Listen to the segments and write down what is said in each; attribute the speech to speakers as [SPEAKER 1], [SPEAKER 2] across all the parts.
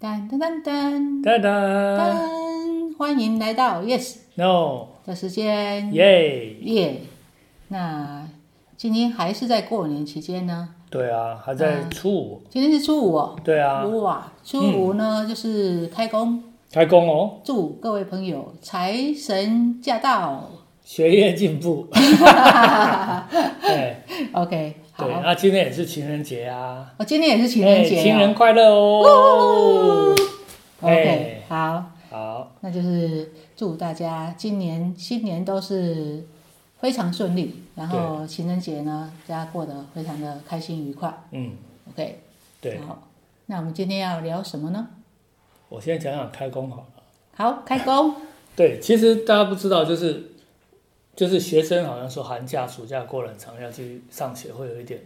[SPEAKER 1] 噔噔噔
[SPEAKER 2] 哒哒
[SPEAKER 1] 噔，欢迎来到 Yes
[SPEAKER 2] ，no，
[SPEAKER 1] 的时间
[SPEAKER 2] 耶，
[SPEAKER 1] 耶。那今天还是在过年期间呢，
[SPEAKER 2] 对啊，还
[SPEAKER 1] 嗯
[SPEAKER 2] 在初五，
[SPEAKER 1] 今天是初五哦，
[SPEAKER 2] 对啊，
[SPEAKER 1] 哇，初五呢、就是开工，
[SPEAKER 2] 开工哦，
[SPEAKER 1] 祝各位朋友财神驾到。
[SPEAKER 2] 学业进 步，哎，
[SPEAKER 1] OK，好
[SPEAKER 2] 对，，那今天也是情人节啊，
[SPEAKER 1] 我、今天也是情人节、
[SPEAKER 2] 哎
[SPEAKER 1] 哦，
[SPEAKER 2] 情人快乐哦，
[SPEAKER 1] OK，
[SPEAKER 2] 哎，
[SPEAKER 1] 好，
[SPEAKER 2] 好，
[SPEAKER 1] 那就是祝大家今年新年都是非常顺利，然后情人节呢，大家过得非常的开心愉快。
[SPEAKER 2] 嗯，
[SPEAKER 1] OK，
[SPEAKER 2] 对，
[SPEAKER 1] 好，那我们今天要聊什么呢？
[SPEAKER 2] 我先讲讲开工好了。
[SPEAKER 1] 好，开工。
[SPEAKER 2] 对，其实大家不知道，就是就是学生好像说寒假、暑假过了很长，要去上学，会有一点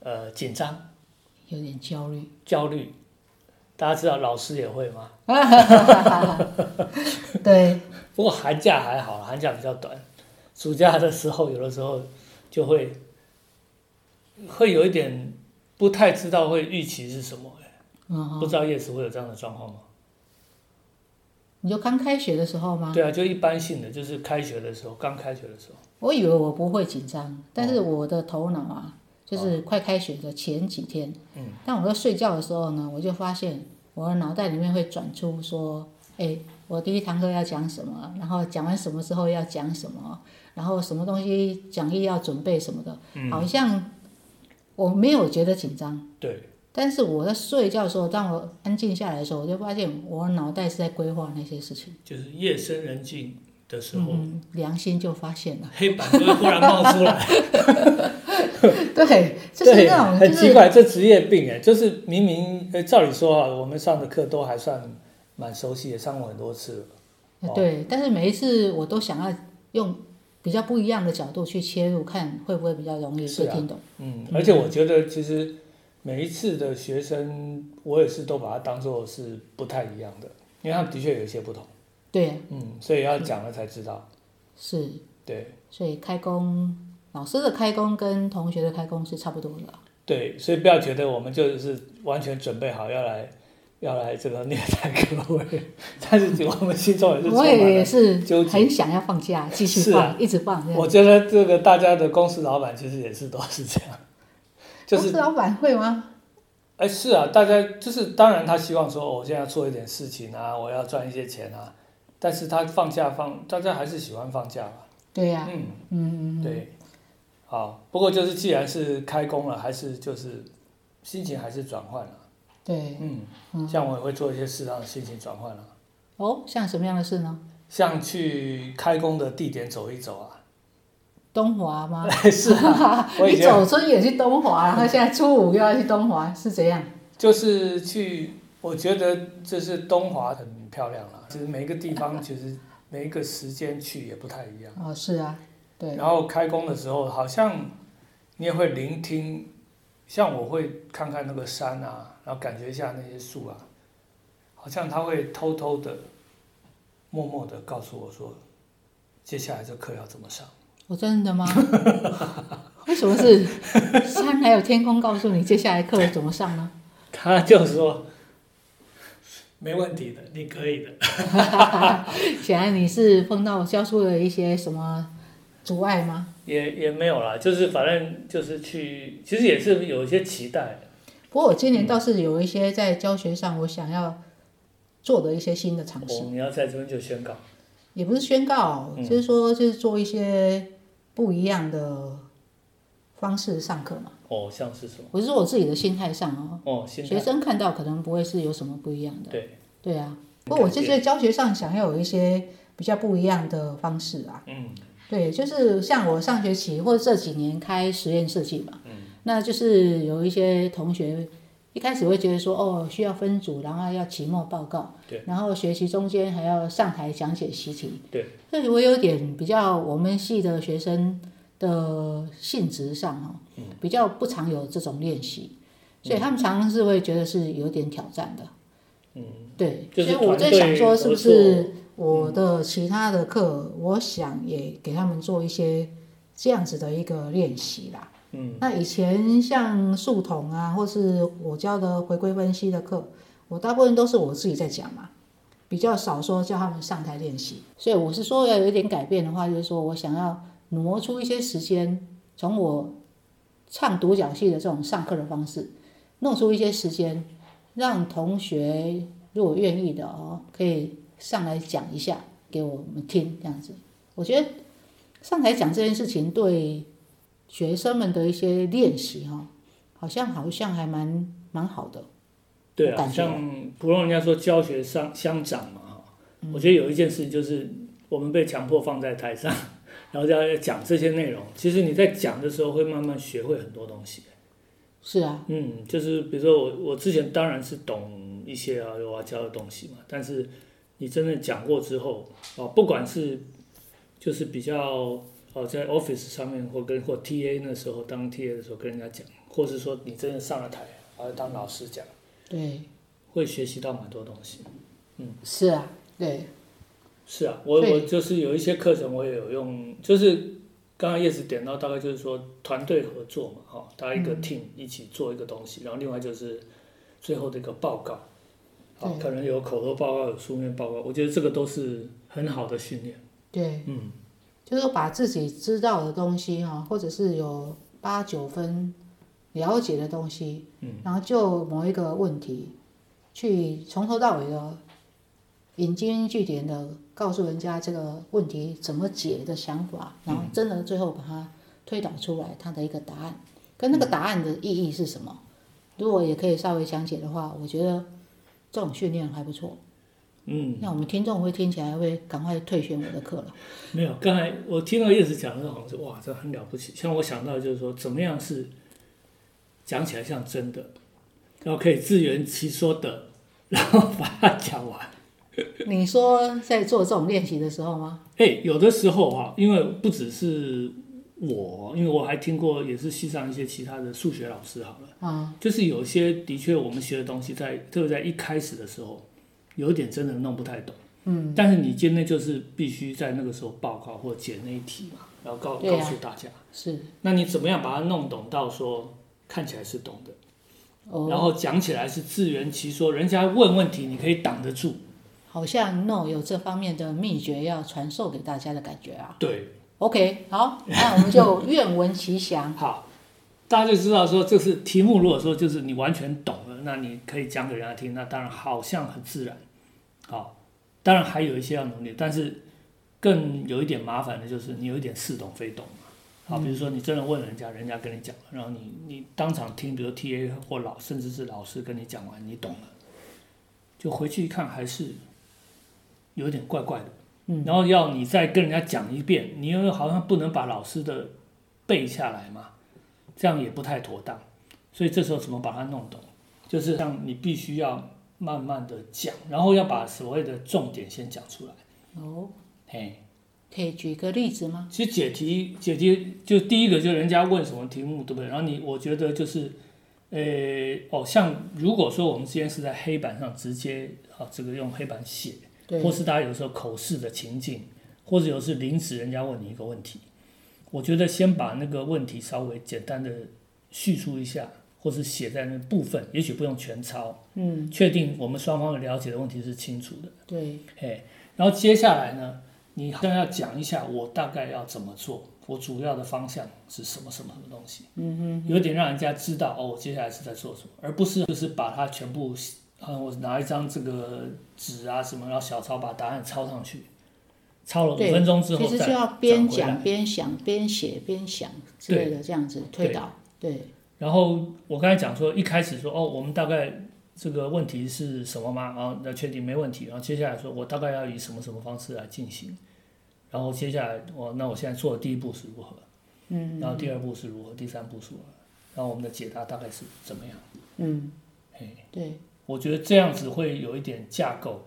[SPEAKER 2] 呃紧张、
[SPEAKER 1] 有点焦虑，
[SPEAKER 2] 焦虑。大家知道老师也会吗？
[SPEAKER 1] 对，
[SPEAKER 2] 不过寒假还好，寒假比较短，暑假的时候有的时候就会会有一点不太知道会预期是什么，
[SPEAKER 1] 嗯
[SPEAKER 2] 不
[SPEAKER 1] 哼，
[SPEAKER 2] 知道 yes 会有这样的状况吗？
[SPEAKER 1] 你就刚开学的时候吗？
[SPEAKER 2] 对啊，就一般性的，就是开学的时候，刚开学的时候，
[SPEAKER 1] 我以为我不会紧
[SPEAKER 2] 哦
[SPEAKER 1] 张，但是我的头脑啊，就是快开学的前几天，
[SPEAKER 2] 嗯，
[SPEAKER 1] 当我在睡觉的时候呢，我就发现我的脑袋里面会转出说，哎，我第一堂课要讲什么，然后讲完什么之后要讲什么，然后什么东西讲义要准备什么的，
[SPEAKER 2] 嗯
[SPEAKER 1] 好像我没有觉得紧张，
[SPEAKER 2] 对，
[SPEAKER 1] 但是我在睡觉的时候，当我安静下来的时候，我就发现我脑袋是在规划那些事情，
[SPEAKER 2] 就是夜深人静的时候。
[SPEAKER 1] 嗯，良心就发 现了。
[SPEAKER 2] 黑板就会忽然冒出来，
[SPEAKER 1] 对， 就是
[SPEAKER 2] 对，
[SPEAKER 1] 那种
[SPEAKER 2] 很
[SPEAKER 1] 就
[SPEAKER 2] 奇
[SPEAKER 1] 是
[SPEAKER 2] 怪，这职业病哎，就是明明呃，照理说啊，我们上的课都还算蛮熟悉的，上过很多次了，哦
[SPEAKER 1] 对，但是每一次我都想要用比较不一样的角度去切入，看会不会比较容易
[SPEAKER 2] 是
[SPEAKER 1] 被
[SPEAKER 2] 啊
[SPEAKER 1] 听懂。
[SPEAKER 2] 嗯，而且我觉得其实每一次的学生，我也是都把它当做是不太一样的，因为他们的确有一些不同，
[SPEAKER 1] 对，
[SPEAKER 2] 嗯，所以要讲了才知道，
[SPEAKER 1] 是，
[SPEAKER 2] 对
[SPEAKER 1] 所以开工老师的开工跟同学的开工是差不多的啦。
[SPEAKER 2] 对，所以不要觉得我们就是完全准备好要来要来这个虐待各位， 但是我们心中也是充
[SPEAKER 1] 我
[SPEAKER 2] 满了
[SPEAKER 1] 也是
[SPEAKER 2] 纠结
[SPEAKER 1] 很想要放假，继续
[SPEAKER 2] 是
[SPEAKER 1] 放，
[SPEAKER 2] 啊
[SPEAKER 1] 一直放这样。
[SPEAKER 2] 我觉得这个大家的公司老板其实也是都是这样，就
[SPEAKER 1] 公司
[SPEAKER 2] 是
[SPEAKER 1] 老板会吗？
[SPEAKER 2] 哎是啊，大家就是当然他希望说、哦我现在要做一点事情啊，我要赚一些钱啊，但是他放假放，大家还是喜欢放假嘛。
[SPEAKER 1] 对呀、
[SPEAKER 2] 嗯，
[SPEAKER 1] 嗯，
[SPEAKER 2] 对，好，不过就是既然是开工了，还是就是心情还是转换了，
[SPEAKER 1] 对，
[SPEAKER 2] 嗯，
[SPEAKER 1] 嗯，
[SPEAKER 2] 像我也会做一些适当的心情转换了，
[SPEAKER 1] 哦，像什么样的事呢？
[SPEAKER 2] 像去开工的地点走一走啊，
[SPEAKER 1] 东华吗？，
[SPEAKER 2] 是啊 我以
[SPEAKER 1] 你
[SPEAKER 2] 前
[SPEAKER 1] 走春也去东华，然后现在初五又要去东华，是怎样？
[SPEAKER 2] 就是去，我觉得就是东华很漂亮啦。其实每一个地方，其实每一个时间去也不太一样。
[SPEAKER 1] 哦，是啊，对，
[SPEAKER 2] 然后开工的时候，好像你也会聆听，像我会看看那个山啊，然后感觉一下那些树啊，好像他会偷偷的、默默的告诉我说，接下来这课要怎么上。
[SPEAKER 1] 我哦真的吗？ 为什么是山还有天空告诉你接下来课怎么上呢？
[SPEAKER 2] 他就说，没问题的，你可以的。
[SPEAKER 1] 显然你是碰到教书的一些什么阻碍吗？
[SPEAKER 2] 也也没有啦，就是反正就是去，其实也是有一些期待。
[SPEAKER 1] 不过我今年倒是有一些在教学上我想要做的一些新的尝试，
[SPEAKER 2] 我们哦要在这边就宣告，
[SPEAKER 1] 也不是宣告，
[SPEAKER 2] 嗯
[SPEAKER 1] 就是说就是做一些不一样的方式上课嘛。
[SPEAKER 2] 哦，像是什么？
[SPEAKER 1] 我是说我自己的心态上哦，
[SPEAKER 2] 哦，现
[SPEAKER 1] 学
[SPEAKER 2] 在
[SPEAKER 1] 生看到可能不会是有什么不一样的。
[SPEAKER 2] 对，
[SPEAKER 1] 对啊，不过我就觉得教学上想要有一些比较不一样的方式啊。
[SPEAKER 2] 嗯，
[SPEAKER 1] 对，就是像我上学期或者这几年开实验设计
[SPEAKER 2] 嗯
[SPEAKER 1] 嘛，那就是有一些同学一开始会觉得说，哦，需要分组，然后要期末报告，
[SPEAKER 2] 对，
[SPEAKER 1] 然后学习中间还要上台讲解习题，
[SPEAKER 2] 对，
[SPEAKER 1] 所以我有点比较我们系的学生的性质上哈、
[SPEAKER 2] 嗯
[SPEAKER 1] 哦，比较不常有这种练习，所以他们常常是会觉得是有点挑战的，嗯，对，
[SPEAKER 2] 就是
[SPEAKER 1] 所以我在
[SPEAKER 2] 团
[SPEAKER 1] 想
[SPEAKER 2] 队
[SPEAKER 1] 说是不
[SPEAKER 2] 合
[SPEAKER 1] 是
[SPEAKER 2] 作。嗯
[SPEAKER 1] 我的其他的课，我想也给他们做一些这样子的一个练习啦。
[SPEAKER 2] 嗯，
[SPEAKER 1] 那以前像数统啊，或是我教的回归分析的课，我大部分都是我自己在讲嘛，比较少说叫他们上台练习。所以我是说要有一点改变的话，就是说我想要挪出一些时间，从我唱独角戏的这种上课的方式，弄出一些时间，让同学如果愿意的哦，可以上来讲一下给我们听，这样子。我觉得上台讲这件事情对学生们的一些练习哈、哦，好像好像还蛮蛮好的。
[SPEAKER 2] 对
[SPEAKER 1] 我
[SPEAKER 2] 啊，
[SPEAKER 1] 感觉
[SPEAKER 2] 像不用人家说教学上乡长嘛哈，
[SPEAKER 1] 嗯
[SPEAKER 2] 我觉得有一件事就是我们被强迫放在台上， 然后要讲这些内容。其实你在讲的时候会慢慢学会很多东西。
[SPEAKER 1] 是啊，
[SPEAKER 2] 嗯，就是比如说我我之前当然是懂一些啊我要教的东西嘛，但是你真的讲过之后啊，不管是就是比较哦在 office 上面或跟或 TA 那时候当 TA 的时候跟人家讲，或是说你真的上了台，然后当老师讲，
[SPEAKER 1] 对，
[SPEAKER 2] 会学习到蛮多东西。
[SPEAKER 1] 是啊，对，
[SPEAKER 2] 是啊，我
[SPEAKER 1] 对
[SPEAKER 2] 我就是有一些课程我也有用，就是刚刚叶子点到，大概就是说团队合作嘛，哈、大家一个
[SPEAKER 1] 嗯
[SPEAKER 2] team 一起做一个东西，然后另外就是最后的一个报告，好、
[SPEAKER 1] 对
[SPEAKER 2] 可能有口头报告，有书面报告，我觉得这个都是很好的训练。
[SPEAKER 1] 对，
[SPEAKER 2] 嗯，
[SPEAKER 1] 就是说把自己知道的东西哈、或者是有八九分了解的东西，嗯，然后就某一个问题，去从头到尾的引经据典的告诉人家这个问题怎么解的想法，
[SPEAKER 2] 嗯
[SPEAKER 1] 然后真的最后把它推导出来，它的一个答案，跟那个答案的意义是什么？如果也可以稍微讲解的话，我觉得这种训练还不错。
[SPEAKER 2] 嗯，
[SPEAKER 1] 那我们听众会听起来会赶快退选我的课了。
[SPEAKER 2] 没有，刚才我听到叶子讲的，好像是哇，这很了不起。像我想到就是说，怎么样是讲起来像真的，然后可以自圆其说的，然后把它讲完。
[SPEAKER 1] 你说在做这种练习的时候吗？
[SPEAKER 2] 哎、有的时候哈、因为不只是我，因为我还听过也是系上一些其他的数学老师好了，
[SPEAKER 1] 啊、
[SPEAKER 2] 就是有些的确我们学的东西在，特别在一开始的时候，有一点真的弄不太懂。嗯，但是你今天就是必须在那个时候报告或解那一题嘛，然后告、
[SPEAKER 1] 对啊
[SPEAKER 2] 告诉大家，
[SPEAKER 1] 是
[SPEAKER 2] 那你怎么样把它弄懂到说看起来是懂的，
[SPEAKER 1] 哦，
[SPEAKER 2] 然后讲起来是自圆其说，人家问问题你可以挡得住。
[SPEAKER 1] 好像 No 有这方面的秘诀要传授给大家的感觉啊。
[SPEAKER 2] 对，
[SPEAKER 1] OK，好，那我们就愿闻其详。
[SPEAKER 2] 好，大家就知道说，这是题目。如果说就是你完全懂了，那你可以讲给人家听，那当然好像很自然。好，当然还有一些要努力，但是更有一点麻烦的就是你有一点似懂非懂嘛。好，比如说你真的问人家，人家跟你讲了，然后你你当场听，比如 T A 或老甚至是老师跟你讲完，你懂了，就回去一看还是有点怪怪的。
[SPEAKER 1] 嗯，
[SPEAKER 2] 然后要你再跟人家讲一遍，你又好像不能把老师的背下来嘛，这样也不太妥当。所以这时候怎么把它弄懂，就是让你必须要慢慢的讲，然后要把所谓的重点先讲出来。
[SPEAKER 1] 哦，
[SPEAKER 2] 嘿，
[SPEAKER 1] 可以举个例子吗？
[SPEAKER 2] 其实解题解题就第一个就是人家问什么题目，对不对？然后你我觉得就是，呃，哦，像如果说我们今天是在黑板上直接啊、这个用黑板写，
[SPEAKER 1] 对
[SPEAKER 2] 或，是大家有时候口试的情境，或者有时临时人家问你一个问题，我觉得先把那个问题稍微简单的叙述一下，或是写在那部分，也许不用全抄，
[SPEAKER 1] 嗯，
[SPEAKER 2] 确定我们双方了解的问题是清楚的，
[SPEAKER 1] 对，
[SPEAKER 2] 嘿，然后接下来呢，你好像要讲一下我大概要怎么做，我主要的方向是什么什么什么东西，嗯哼，有点让人家知道哦，我接下来是在做什么，而不是就是把它全部。嗯，我拿一张这个纸啊什么，然后小抄把答案抄上去，抄了五
[SPEAKER 1] 对
[SPEAKER 2] 分钟之后
[SPEAKER 1] 其
[SPEAKER 2] 再
[SPEAKER 1] 实就要边
[SPEAKER 2] 转回来
[SPEAKER 1] 讲边想，边写边想之类的，这样子推导。对，
[SPEAKER 2] 然后我刚才讲说，一开始说哦，我们大概这个问题是什么吗？然后那确定没问题，然后接下来说我大概要以什么什么方式来进行，然后接下来我那我现在做的第一步是如何，嗯，然后第二步是如何，第三步是如何，然后我们的解答大概是怎么样？
[SPEAKER 1] 嗯，
[SPEAKER 2] 嘿，
[SPEAKER 1] 对，
[SPEAKER 2] 我觉得这样子会有一点架构。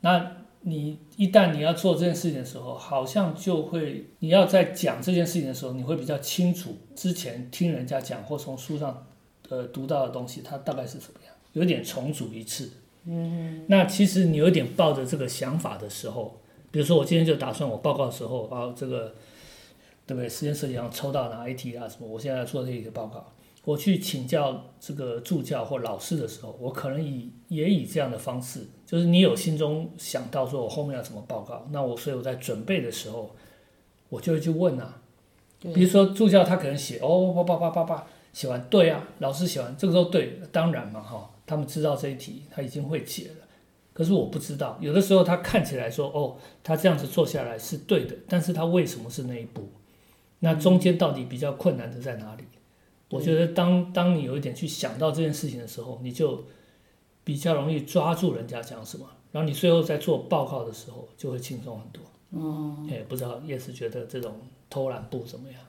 [SPEAKER 2] 那你一旦你要做这件事情的时候，好像就会你要在讲这件事情的时候，你会比较清楚之前听人家讲或从书上呃读到的东西，它大概是怎么样，有点重组一次。嗯，那其实你有点抱着这个想法的时候，比如说我今天就打算我报告的时候啊，这个对不对？实验设计上抽到哪一题啊什么，我现在要做这一个报告，我去请教这个助教或老师的时候，我可能以也以这样的方式，就是你有心中想到说我后面要怎么报告，那我所以我在准备的时候，我就会去问啊，比
[SPEAKER 1] 对
[SPEAKER 2] 如说助教他可能写哦叭叭叭叭叭，写完对啊，老师写完哦这个时候对，当然嘛哈、他们知道这一题他已经会解了，可是我不知道，有的时候他看起来说哦他这样子做下来是对的，但是他为什么是那一步？那中间到底比较困难的在哪里？我觉得当当你有一点去想到这件事情的时候，你就比较容易抓住人家讲什么，然后你最后在做报告的时候就会轻松很多。嗯，哎，不知道叶是觉得这种偷懒步怎么样？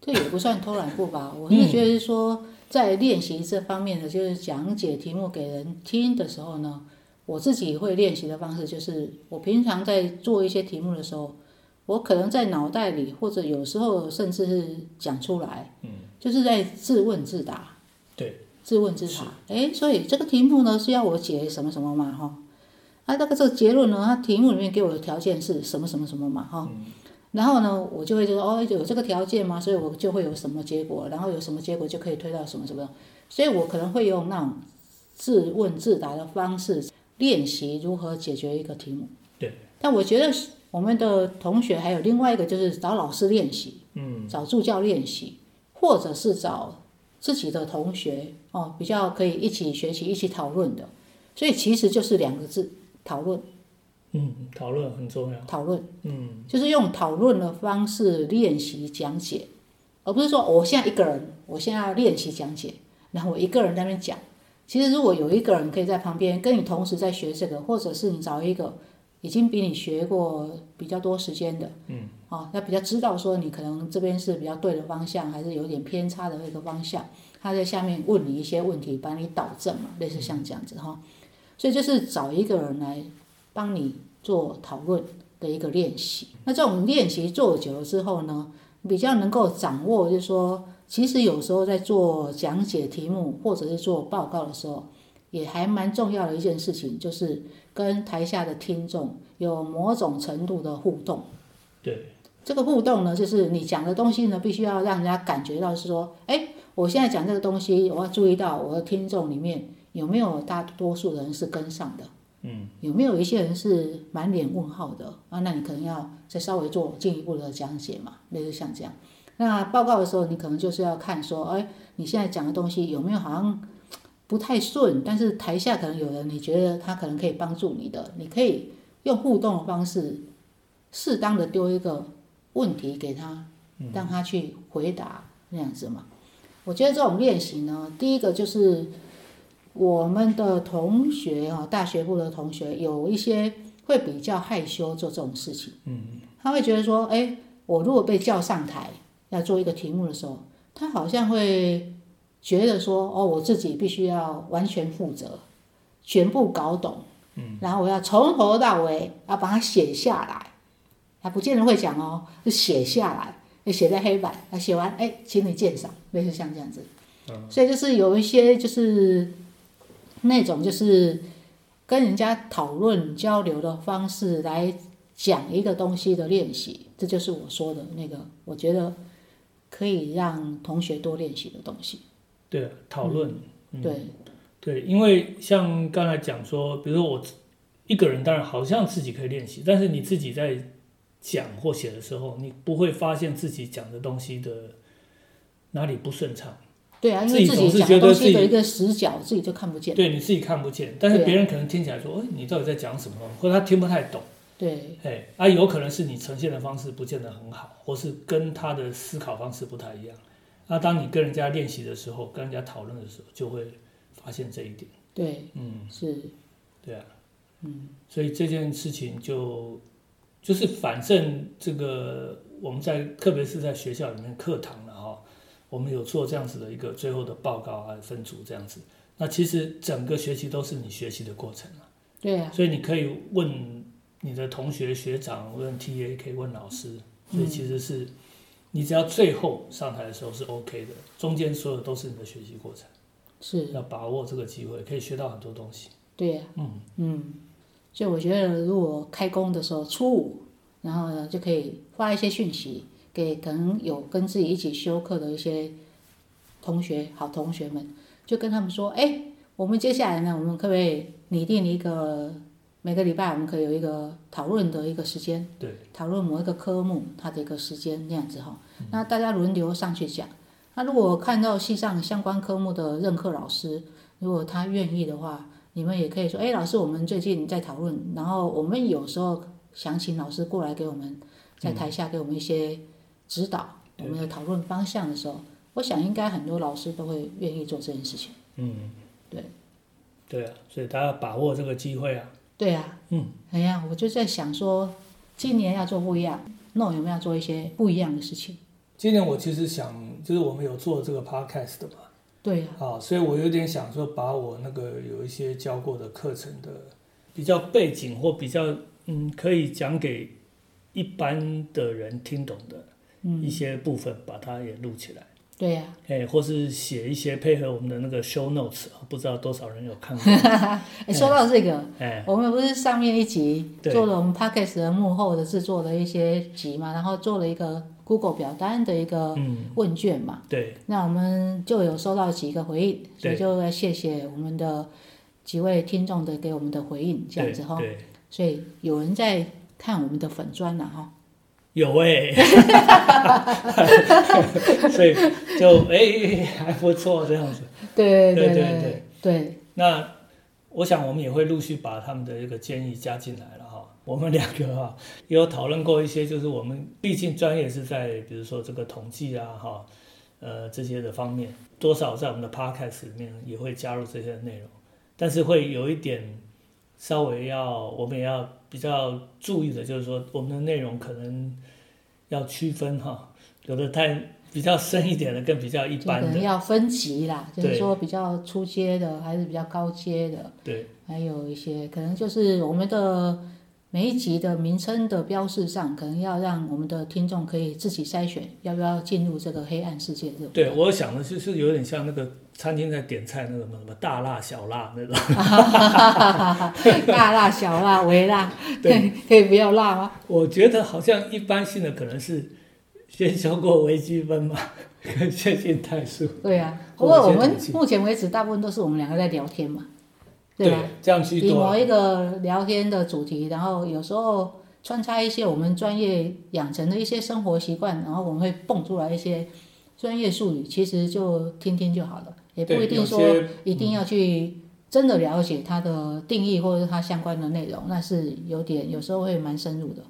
[SPEAKER 1] 这也不算偷懒步吧？我是觉得说，在练习这方面的，就是讲解题目给人听的时候呢，我自己会练习的方式就是，我平常在做一些题目的时候，我可能在脑袋里，或者有时候甚至是讲出来，嗯，就是在自问自答，
[SPEAKER 2] 对，
[SPEAKER 1] 自问自答。哎，所以这个题目呢是要我解什么什么嘛哈，啊，那个这个结论呢，它题目里面给我的条件是什么什么什么嘛哈。然后呢，我就会就说哦，有这个条件吗？所以我就会有什么结果，然后有什么结果就可以推到什么什么，所以我可能会用那种自问自答的方式练习如何解决一个题目。
[SPEAKER 2] 对。
[SPEAKER 1] 但我觉得我们的同学还有另外一个就是找老师练习，嗯，找助教练习，或者是找自己的同学哦，比较可以一起学习、一起讨论的。所以其实就是两个字：讨论，
[SPEAKER 2] 嗯，讨论很重要。
[SPEAKER 1] 讨论。
[SPEAKER 2] 嗯，
[SPEAKER 1] 就是用讨论的方式练习讲解，而不是说我现在一个人，我现在要练习讲解，然后我一个人在那边讲。其实如果有一个人可以在旁边跟你同时在学这个，或者是你找一个已经比你学过比较多时间的，嗯，哦，他比较知道说你可能这边是比较对的方向，还是有点偏差的一个方向，他在下面问你一些问题，把你导正嘛，类似像这样子哈、所以就是找一个人来帮你做讨论。的一个练习。那这种练习做久了之后呢，比较能够掌握，就是说，其实有时候在做讲解题目或者是做报告的时候，也还蛮重要的一件事情，就是跟台下的听众有某种程度的互动。
[SPEAKER 2] 对，
[SPEAKER 1] 这个互动呢，就是你讲的东西呢，必须要让人家感觉到是说，哎，我现在讲这个东西，我要注意到我的听众里面有没有大多数人是跟上的，嗯，有没有一些人是满脸问号的啊？那你可能要再稍微做进一步的讲解嘛，类似像这样。那报告的时候，你可能就是要看说，哎，你现在讲的东西有没有好像不太顺，但是台下可能有人你觉得他可能可以帮助你的，你可以用互动的方式，适当的丢一个。问题给他，让他去回答那样子嘛。我觉得这种练习呢，第一个就是我们的同学啊，大学部的同学有一些会比较害羞做这种事情，嗯，他会觉得说，哎，我如果被叫上台要做一个题目的时候，他好像会觉得说，哦，我自己必须要完全负责，全部搞懂。嗯，然后我要从头到尾要把它写下来，他不见得会讲哦，就写下来，就写在黑板，啊，写完哎，请你鉴赏，类似像这样子。
[SPEAKER 2] 嗯
[SPEAKER 1] 所以就是有一些就是那种就是跟人家讨论交流的方式来讲一个东西的练习，这就是我说的那个，我觉得可以让同学多练习的东西。
[SPEAKER 2] 对，啊讨论。嗯
[SPEAKER 1] 对，
[SPEAKER 2] 对，因为像刚才讲说，比如说我自一个人，当然好像自己可以练习，但是你自己在讲或写的时候，你不会发现自己讲的东西的哪里不顺畅，
[SPEAKER 1] 对啊，因
[SPEAKER 2] 自
[SPEAKER 1] 为
[SPEAKER 2] 己
[SPEAKER 1] 自
[SPEAKER 2] 总
[SPEAKER 1] 己
[SPEAKER 2] 是
[SPEAKER 1] 讲
[SPEAKER 2] 觉
[SPEAKER 1] 的
[SPEAKER 2] 得
[SPEAKER 1] 东
[SPEAKER 2] 自
[SPEAKER 1] 西
[SPEAKER 2] 己
[SPEAKER 1] 的一个死角，自己就看不见。
[SPEAKER 2] 对你自己看不见，但是
[SPEAKER 1] 对啊
[SPEAKER 2] 别人可能听起来说，哎，你到底在讲什么？或者他听不太懂，
[SPEAKER 1] 对，
[SPEAKER 2] 哎，啊，有可能是你呈现的方式不见得很好，或是跟他的思考方式不太一样。那、当你跟人家练习的时候，跟人家讨论的时候，就会发现这一点。
[SPEAKER 1] 对，
[SPEAKER 2] 嗯，
[SPEAKER 1] 是，
[SPEAKER 2] 对啊，嗯，所以这件事情就就是反正这个我们在特别是在学校里面课堂了哈、我们有做这样子的一个最后的报告啊分组这样子。那其实整个学期都是你学习的过程啊，
[SPEAKER 1] 对啊，
[SPEAKER 2] 所以你可以问你的同学、学长，问 TA，可以问老师，所以其实是你只要最后上台的时候是 OK 的，中间所有都是你的学习过程，
[SPEAKER 1] 是。
[SPEAKER 2] 要把握这个机会，可以学到很多东西。
[SPEAKER 1] 对呀、嗯所以我觉得如果开工的时候初五，然后呢就可以发一些讯息给可能有跟自己一起修课的一些同学、好同学们，就跟他们说：“哎、我们接下来呢，我们可不可以拟定一个每个礼拜我们可以有一个讨论的一个时间，
[SPEAKER 3] 对，
[SPEAKER 1] 讨论某一个科目它的一个时间那样子哈。那大家轮流上去讲。那如果看到系上相关科目的任课老师，如果他愿意的话，你们也可以说：哎、老师，我们最近在讨论，然后我们有时候想请老师过来给我们在台下给我们一些指导，我们有讨论方向的时候。”我想应该很多老师都会愿意做这件事情。
[SPEAKER 2] 嗯，
[SPEAKER 1] 对，
[SPEAKER 2] 对啊，所以大家把握这个机会啊，
[SPEAKER 1] 对啊，
[SPEAKER 2] 嗯，
[SPEAKER 1] 哎呀，我就在想说，今年要做不一样，那我有没有要做一些不一样的事情？
[SPEAKER 3] 今年我其实想，就是我们有做这个 podcast 的嘛，
[SPEAKER 1] 对呀、
[SPEAKER 3] 啊，所以我有点想说，把我那个有一些教过的课程的，
[SPEAKER 2] 比较背景或比较嗯，可以讲给一般的人听懂的一
[SPEAKER 1] 嗯，
[SPEAKER 2] 些部分，把它也录起来。
[SPEAKER 1] 对啊呀、
[SPEAKER 2] 哎，或是写一些配合我们的那个 show notes，不知道多少人有看过？
[SPEAKER 1] 哎，说到这个，
[SPEAKER 2] 哎，
[SPEAKER 1] 我们不是上面一集
[SPEAKER 2] 对
[SPEAKER 1] 做了我们 podcast 的幕后的制作的一些集嘛，然后做了一个 Google 表单的一个
[SPEAKER 2] 嗯，
[SPEAKER 1] 问卷嘛，
[SPEAKER 2] 对，
[SPEAKER 1] 那我们就有收到几个回应，所以
[SPEAKER 2] 对
[SPEAKER 1] 就要谢谢我们的几位听众的给我们的回应，这样子哈。
[SPEAKER 2] 对，对
[SPEAKER 1] 所以有人在看我们的粉砖了哈。
[SPEAKER 2] 有哎、 所以就哎还不错这样子。
[SPEAKER 1] 对
[SPEAKER 2] 对
[SPEAKER 1] 对
[SPEAKER 2] 对
[SPEAKER 1] 对对
[SPEAKER 2] 那我想我们也会陆续把他们的这个建议加进来了哈。我们两个哈也有讨论过一些，就是我们毕竟专业是在比如说这个统计啊哈，呃这些的方面，多少在我们的 podcast 里面也会加入这些内容，但是会有一点稍微要我们也要比较注意的，就是说我们的内容可能要区分哈，有的太比较深一点的，跟比较一
[SPEAKER 1] 就可
[SPEAKER 2] 般
[SPEAKER 1] 能
[SPEAKER 2] 的，
[SPEAKER 1] 要分级啦，就是
[SPEAKER 2] 对
[SPEAKER 1] 说比较初阶的，还是比较高阶的，
[SPEAKER 2] 对。
[SPEAKER 1] 还有一些可能就是我们的每一集的名称的标示上，可能要让我们的听众可以自己筛选要不要进入这个黑暗世界这种。
[SPEAKER 2] 对，我想的就是有点像那个餐厅在点菜那个什么什么大辣小辣那种，
[SPEAKER 1] 大辣、小辣、微辣，
[SPEAKER 2] 对，
[SPEAKER 1] 可以不要辣吗？
[SPEAKER 2] 我觉得好像一般性的可能是先修过微积分嘛， 跟线性代数，
[SPEAKER 1] 对啊，不
[SPEAKER 2] 或
[SPEAKER 1] 过
[SPEAKER 2] 者
[SPEAKER 1] 我
[SPEAKER 2] 先
[SPEAKER 1] 们
[SPEAKER 2] 冷静
[SPEAKER 1] 目前为止，大部分都是我们两个在聊天嘛，对吧？
[SPEAKER 2] 这样居
[SPEAKER 1] 以某
[SPEAKER 2] 多。
[SPEAKER 1] 一个聊天的主题，然后有时候穿插一些我们专业养成的一些生活习惯，然后我们会蹦出来一些专业术语，其实就听听就好了，也不
[SPEAKER 3] 对
[SPEAKER 1] 一定
[SPEAKER 3] 有
[SPEAKER 1] 说
[SPEAKER 3] 些嗯
[SPEAKER 1] 一定要去真的了解它的定义或者是它相关的内容，那是有点有时候会蛮深入的。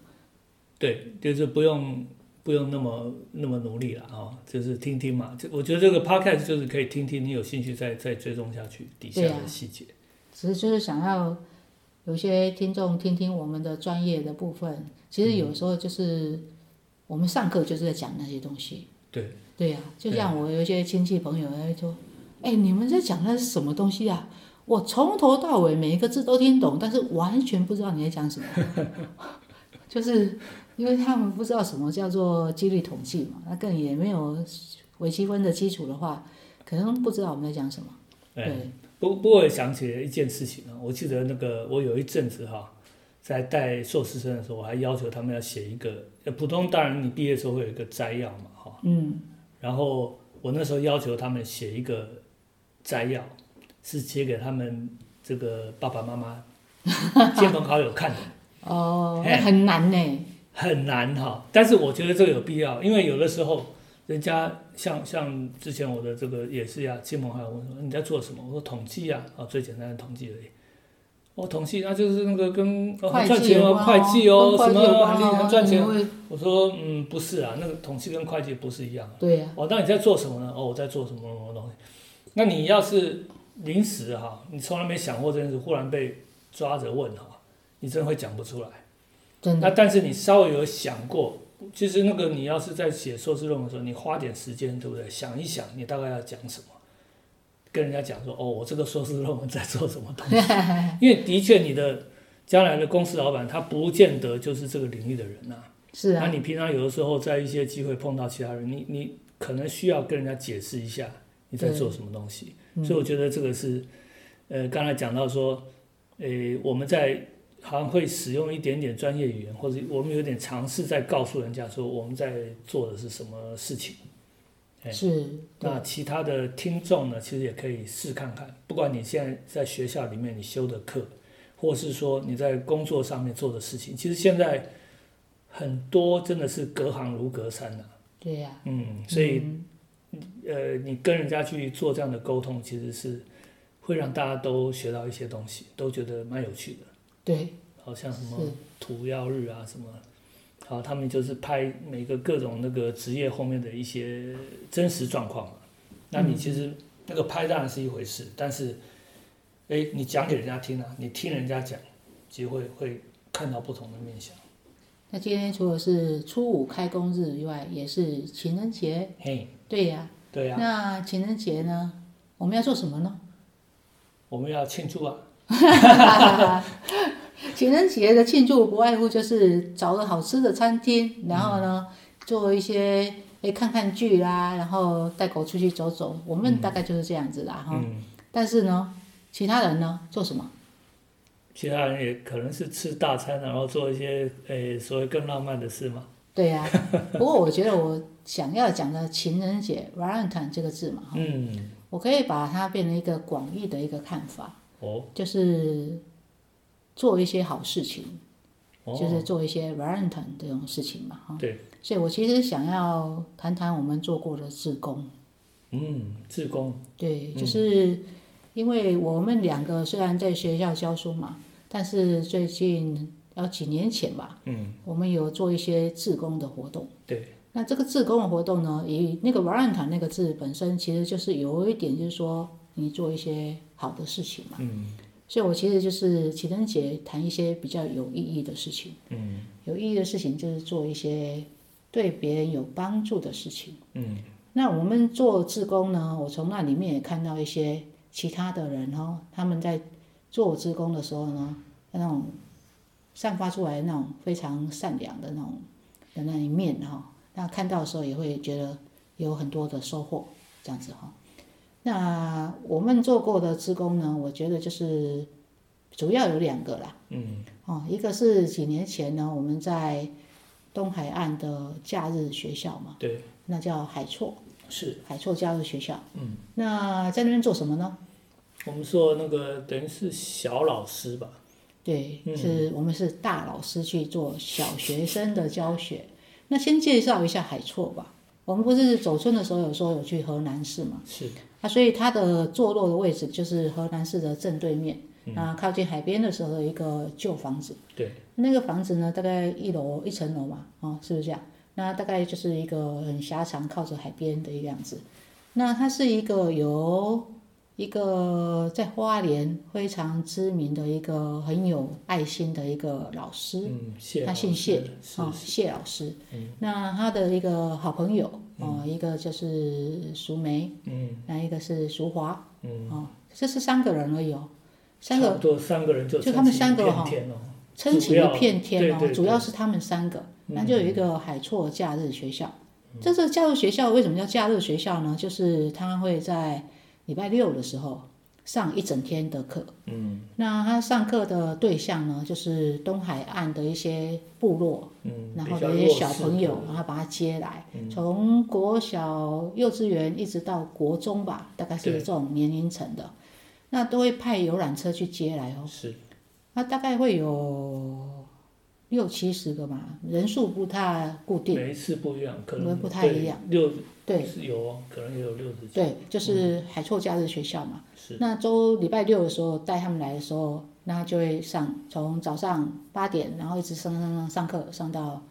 [SPEAKER 2] 对，就是不用不用那么那么努力了啊、哦，就是听听嘛。就我觉得这个 podcast 就是可以听听，你有兴趣再再追踪下去底下
[SPEAKER 1] 对啊
[SPEAKER 2] 的细节。
[SPEAKER 1] 只是就是想要有些听众听听我们的专业的部分，其实有时候就是、我们上课就是在讲那些东西。
[SPEAKER 2] 对
[SPEAKER 1] 对呀、就像我有一些亲戚朋友，他会说：“哎、你们在讲那是什么东西啊？我从头到尾每一个字都听懂，但是完全不知道你在讲什么。” 就是因为他们不知道什么叫做几率统计嘛，那更也没有微积分的基础的话，可能不知道我们在讲什么。
[SPEAKER 2] 哎
[SPEAKER 1] 对，
[SPEAKER 2] 不不过我想起了一件事情啊，我记得那个我有一阵子哈、在带硕士生的时候，我还要求他们要写一个，呃，普通当然你毕业的时候会有一个摘要嘛哈、
[SPEAKER 1] 嗯，
[SPEAKER 2] 然后我那时候要求他们写一个摘要，是写给他们这个爸爸妈妈、亲朋好友看的，
[SPEAKER 1] 哦，那
[SPEAKER 2] 哎
[SPEAKER 1] 很难呢、
[SPEAKER 2] 很难哈、但是我觉得这个有必要，因为有的时候人家像像之前我的这个也是呀、亲朋好友问说你在做什么，我说统计呀、啊，最简单的统计而已。哦，统计那就是那个跟、哦、
[SPEAKER 1] 会
[SPEAKER 2] 赚
[SPEAKER 1] 计
[SPEAKER 2] 钱
[SPEAKER 1] 有
[SPEAKER 2] 哦，
[SPEAKER 1] 关
[SPEAKER 2] 会计哦，
[SPEAKER 1] 跟会
[SPEAKER 2] 什
[SPEAKER 1] 计
[SPEAKER 2] 么
[SPEAKER 1] 有关
[SPEAKER 2] 很厉害
[SPEAKER 1] 哦
[SPEAKER 2] 赚钱
[SPEAKER 1] 你。会
[SPEAKER 2] 我说嗯，不是啊，那个统计跟会计不是一样。
[SPEAKER 1] 对啊呀、
[SPEAKER 2] 哦，那你在做什么呢？哦，我在做什么什么东西？那你要是临时哈，你从来没想过这件事，忽然被抓着问哈，你真的会讲不出来。
[SPEAKER 1] 真
[SPEAKER 2] 那
[SPEAKER 1] 的，
[SPEAKER 2] 但是你稍微有想过，其实那个你要是在写硕士论文的时候，你花点时间，对不对？想一想，你大概要讲什么，跟人家讲说，哦，我这个硕士论文在做什么 东西？因为的确，你的将来的公司老板他不见得就是这个领域的人呐、
[SPEAKER 1] 是
[SPEAKER 2] 那
[SPEAKER 1] 啊，
[SPEAKER 2] 你平常有的时候在一些机会碰到其他人，你你可能需要跟人家解释一下你在做什么东西。
[SPEAKER 1] 嗯
[SPEAKER 2] 所以我觉得这个是，呃，刚才讲到说，呃，我们在好像会使用一点点专业语言，或者我们有点尝试在告诉人家说我们在做的是什么事情。哎
[SPEAKER 1] 是，
[SPEAKER 2] 那其他的听众呢，其实也可以试看看，不管你现在在学校里面你修的课，或是说你在工作上面做的事情，其实现在很多真的是隔行如隔山呐、
[SPEAKER 1] 对呀、
[SPEAKER 2] 嗯，所以
[SPEAKER 1] 嗯
[SPEAKER 2] 呃，你跟人家去做这样的沟通，其实是会让大家都学到一些东西，都觉得蛮有趣的。
[SPEAKER 1] 对，
[SPEAKER 2] 好像什
[SPEAKER 1] 是
[SPEAKER 2] 么涂药日啊什么，好，他们就是拍每个各种那个职业后面的一些真实状况嘛。那你
[SPEAKER 1] 嗯
[SPEAKER 2] 其实那个拍当然是一回事，但是，哎，你讲给人家听啊，你听人家讲，其实会会看到不同的面相。
[SPEAKER 1] 那今天除了是初五开工日以外，也是情人节，
[SPEAKER 2] 嘿，
[SPEAKER 1] 对呀、
[SPEAKER 2] 对啊，
[SPEAKER 1] 那情人节呢，我们要做什么呢？
[SPEAKER 2] 我们要庆祝啊，
[SPEAKER 1] 情人节的庆祝不外乎就是找个好吃的餐厅，然后呢，做一些诶看看剧啦，然后带狗出去走走，我们大概就是这样子啦哈。
[SPEAKER 2] 嗯，
[SPEAKER 1] 但是呢，其他人呢做什么？
[SPEAKER 2] 其他人也可能是吃大餐，然后做一些诶所谓更浪漫的事嘛。
[SPEAKER 1] 对呀、不过我觉得我想要讲的情人节 （Valentine） 这个字嘛，哈，
[SPEAKER 2] 嗯，
[SPEAKER 1] 我可以把它变成一个广义的一个看法，
[SPEAKER 2] 哦，
[SPEAKER 1] 就是做一些好事情，
[SPEAKER 2] 哦，
[SPEAKER 1] 就是做一些 Valentine 这种事情嘛，哈。
[SPEAKER 2] 对，
[SPEAKER 1] 所以我其实想要谈谈我们做过的志工，
[SPEAKER 2] 嗯，志工，
[SPEAKER 1] 对，
[SPEAKER 2] 嗯
[SPEAKER 1] 就是因为我们两个虽然在学校教书嘛，但是最近要几年前吧，
[SPEAKER 2] 嗯，
[SPEAKER 1] 我们有做一些志工的活动。
[SPEAKER 2] 对。
[SPEAKER 1] 那这个自工的活动呢，以那个 v a l e n t i 那个字本身，其实就是有一点就是说你做一些好的事情嘛。嗯。所以我其实就是情人节谈一些比较有意义的事情。嗯。有意义的事情就是做一些对别人有帮助的事情。嗯。那我们做自工呢，我从那里面也看到一些其他的人哦，他们在做自工的时候呢，那种散发出来那种非常善良的那种的那一面哈、那看到的时候也会觉得有很多的收获，这样子哈、那我们做过的职工呢，我觉得就是主要有两个啦，嗯，哦，一个是几年前呢，我们在东海岸的假日学校嘛，
[SPEAKER 2] 对，
[SPEAKER 1] 那叫海错
[SPEAKER 2] 是
[SPEAKER 1] 海错假日学校，嗯，那在那边做什么呢？
[SPEAKER 2] 我们说那个等于是小老师吧，
[SPEAKER 1] 对，
[SPEAKER 2] 嗯
[SPEAKER 1] 是我们是大老师去做小学生的教学。那先介绍一下海错吧。我们不是走村的时候有说有去河南市嘛？
[SPEAKER 2] 是
[SPEAKER 1] 啊，所以它的坐落的位置就是河南市的正对面，那、靠近海边的时候的一个旧房子。
[SPEAKER 2] 嗯对，
[SPEAKER 1] 那个房子呢，大概一楼一层楼嘛，哦，是不是这样？那大概就是一个很狭长，靠着海边的一个样子。那它是一个由一个在花莲非常知名的一个很有爱心的一个老师，
[SPEAKER 2] 嗯，谢
[SPEAKER 1] 他
[SPEAKER 2] 老师，
[SPEAKER 1] 姓谢
[SPEAKER 2] 是嗯
[SPEAKER 1] 啊、谢老师。那他的一个好朋友哦、一个就是淑梅，
[SPEAKER 2] 嗯
[SPEAKER 1] 那一个是淑华，
[SPEAKER 2] 嗯，
[SPEAKER 1] 哦，这是三个人而已哦，三个
[SPEAKER 2] 差不多三个人就
[SPEAKER 1] 就他们三个
[SPEAKER 2] 撑
[SPEAKER 1] 哈
[SPEAKER 2] 起一片天哦，
[SPEAKER 1] 撑起一片天哦
[SPEAKER 2] 主要对，对
[SPEAKER 1] 主要是他们三个，
[SPEAKER 2] 嗯
[SPEAKER 1] 那就有一个海错假日学校。这是假日学校为什么叫假日学校呢？就是他会在礼拜六的时候上一整天的课。嗯，那他上课的对象呢，就是东海岸的一些部落，
[SPEAKER 2] 嗯，
[SPEAKER 1] 然
[SPEAKER 2] 比
[SPEAKER 1] 后
[SPEAKER 2] 较
[SPEAKER 1] 有一
[SPEAKER 2] 弱
[SPEAKER 1] 些
[SPEAKER 2] 势嗯
[SPEAKER 1] 小朋友，然后把他接来，从国小、幼稚园一直到国中吧，大概是
[SPEAKER 2] 对
[SPEAKER 1] 这种年龄层的，那都会派游览车去接来哦。
[SPEAKER 2] 的是
[SPEAKER 1] 那大概会有六七十个吧，人数不太固定。
[SPEAKER 2] 每一次不一样，可
[SPEAKER 1] 我
[SPEAKER 2] 能
[SPEAKER 1] 们不太一
[SPEAKER 2] 样，六
[SPEAKER 1] 对
[SPEAKER 2] 是有哦，可能也有六十几，
[SPEAKER 1] 对，就是海错假日学校嘛。
[SPEAKER 2] 嗯是
[SPEAKER 1] 那周礼拜六的时候带他们来的时候，那就会上从早上八点，然后一直上上上上课，上到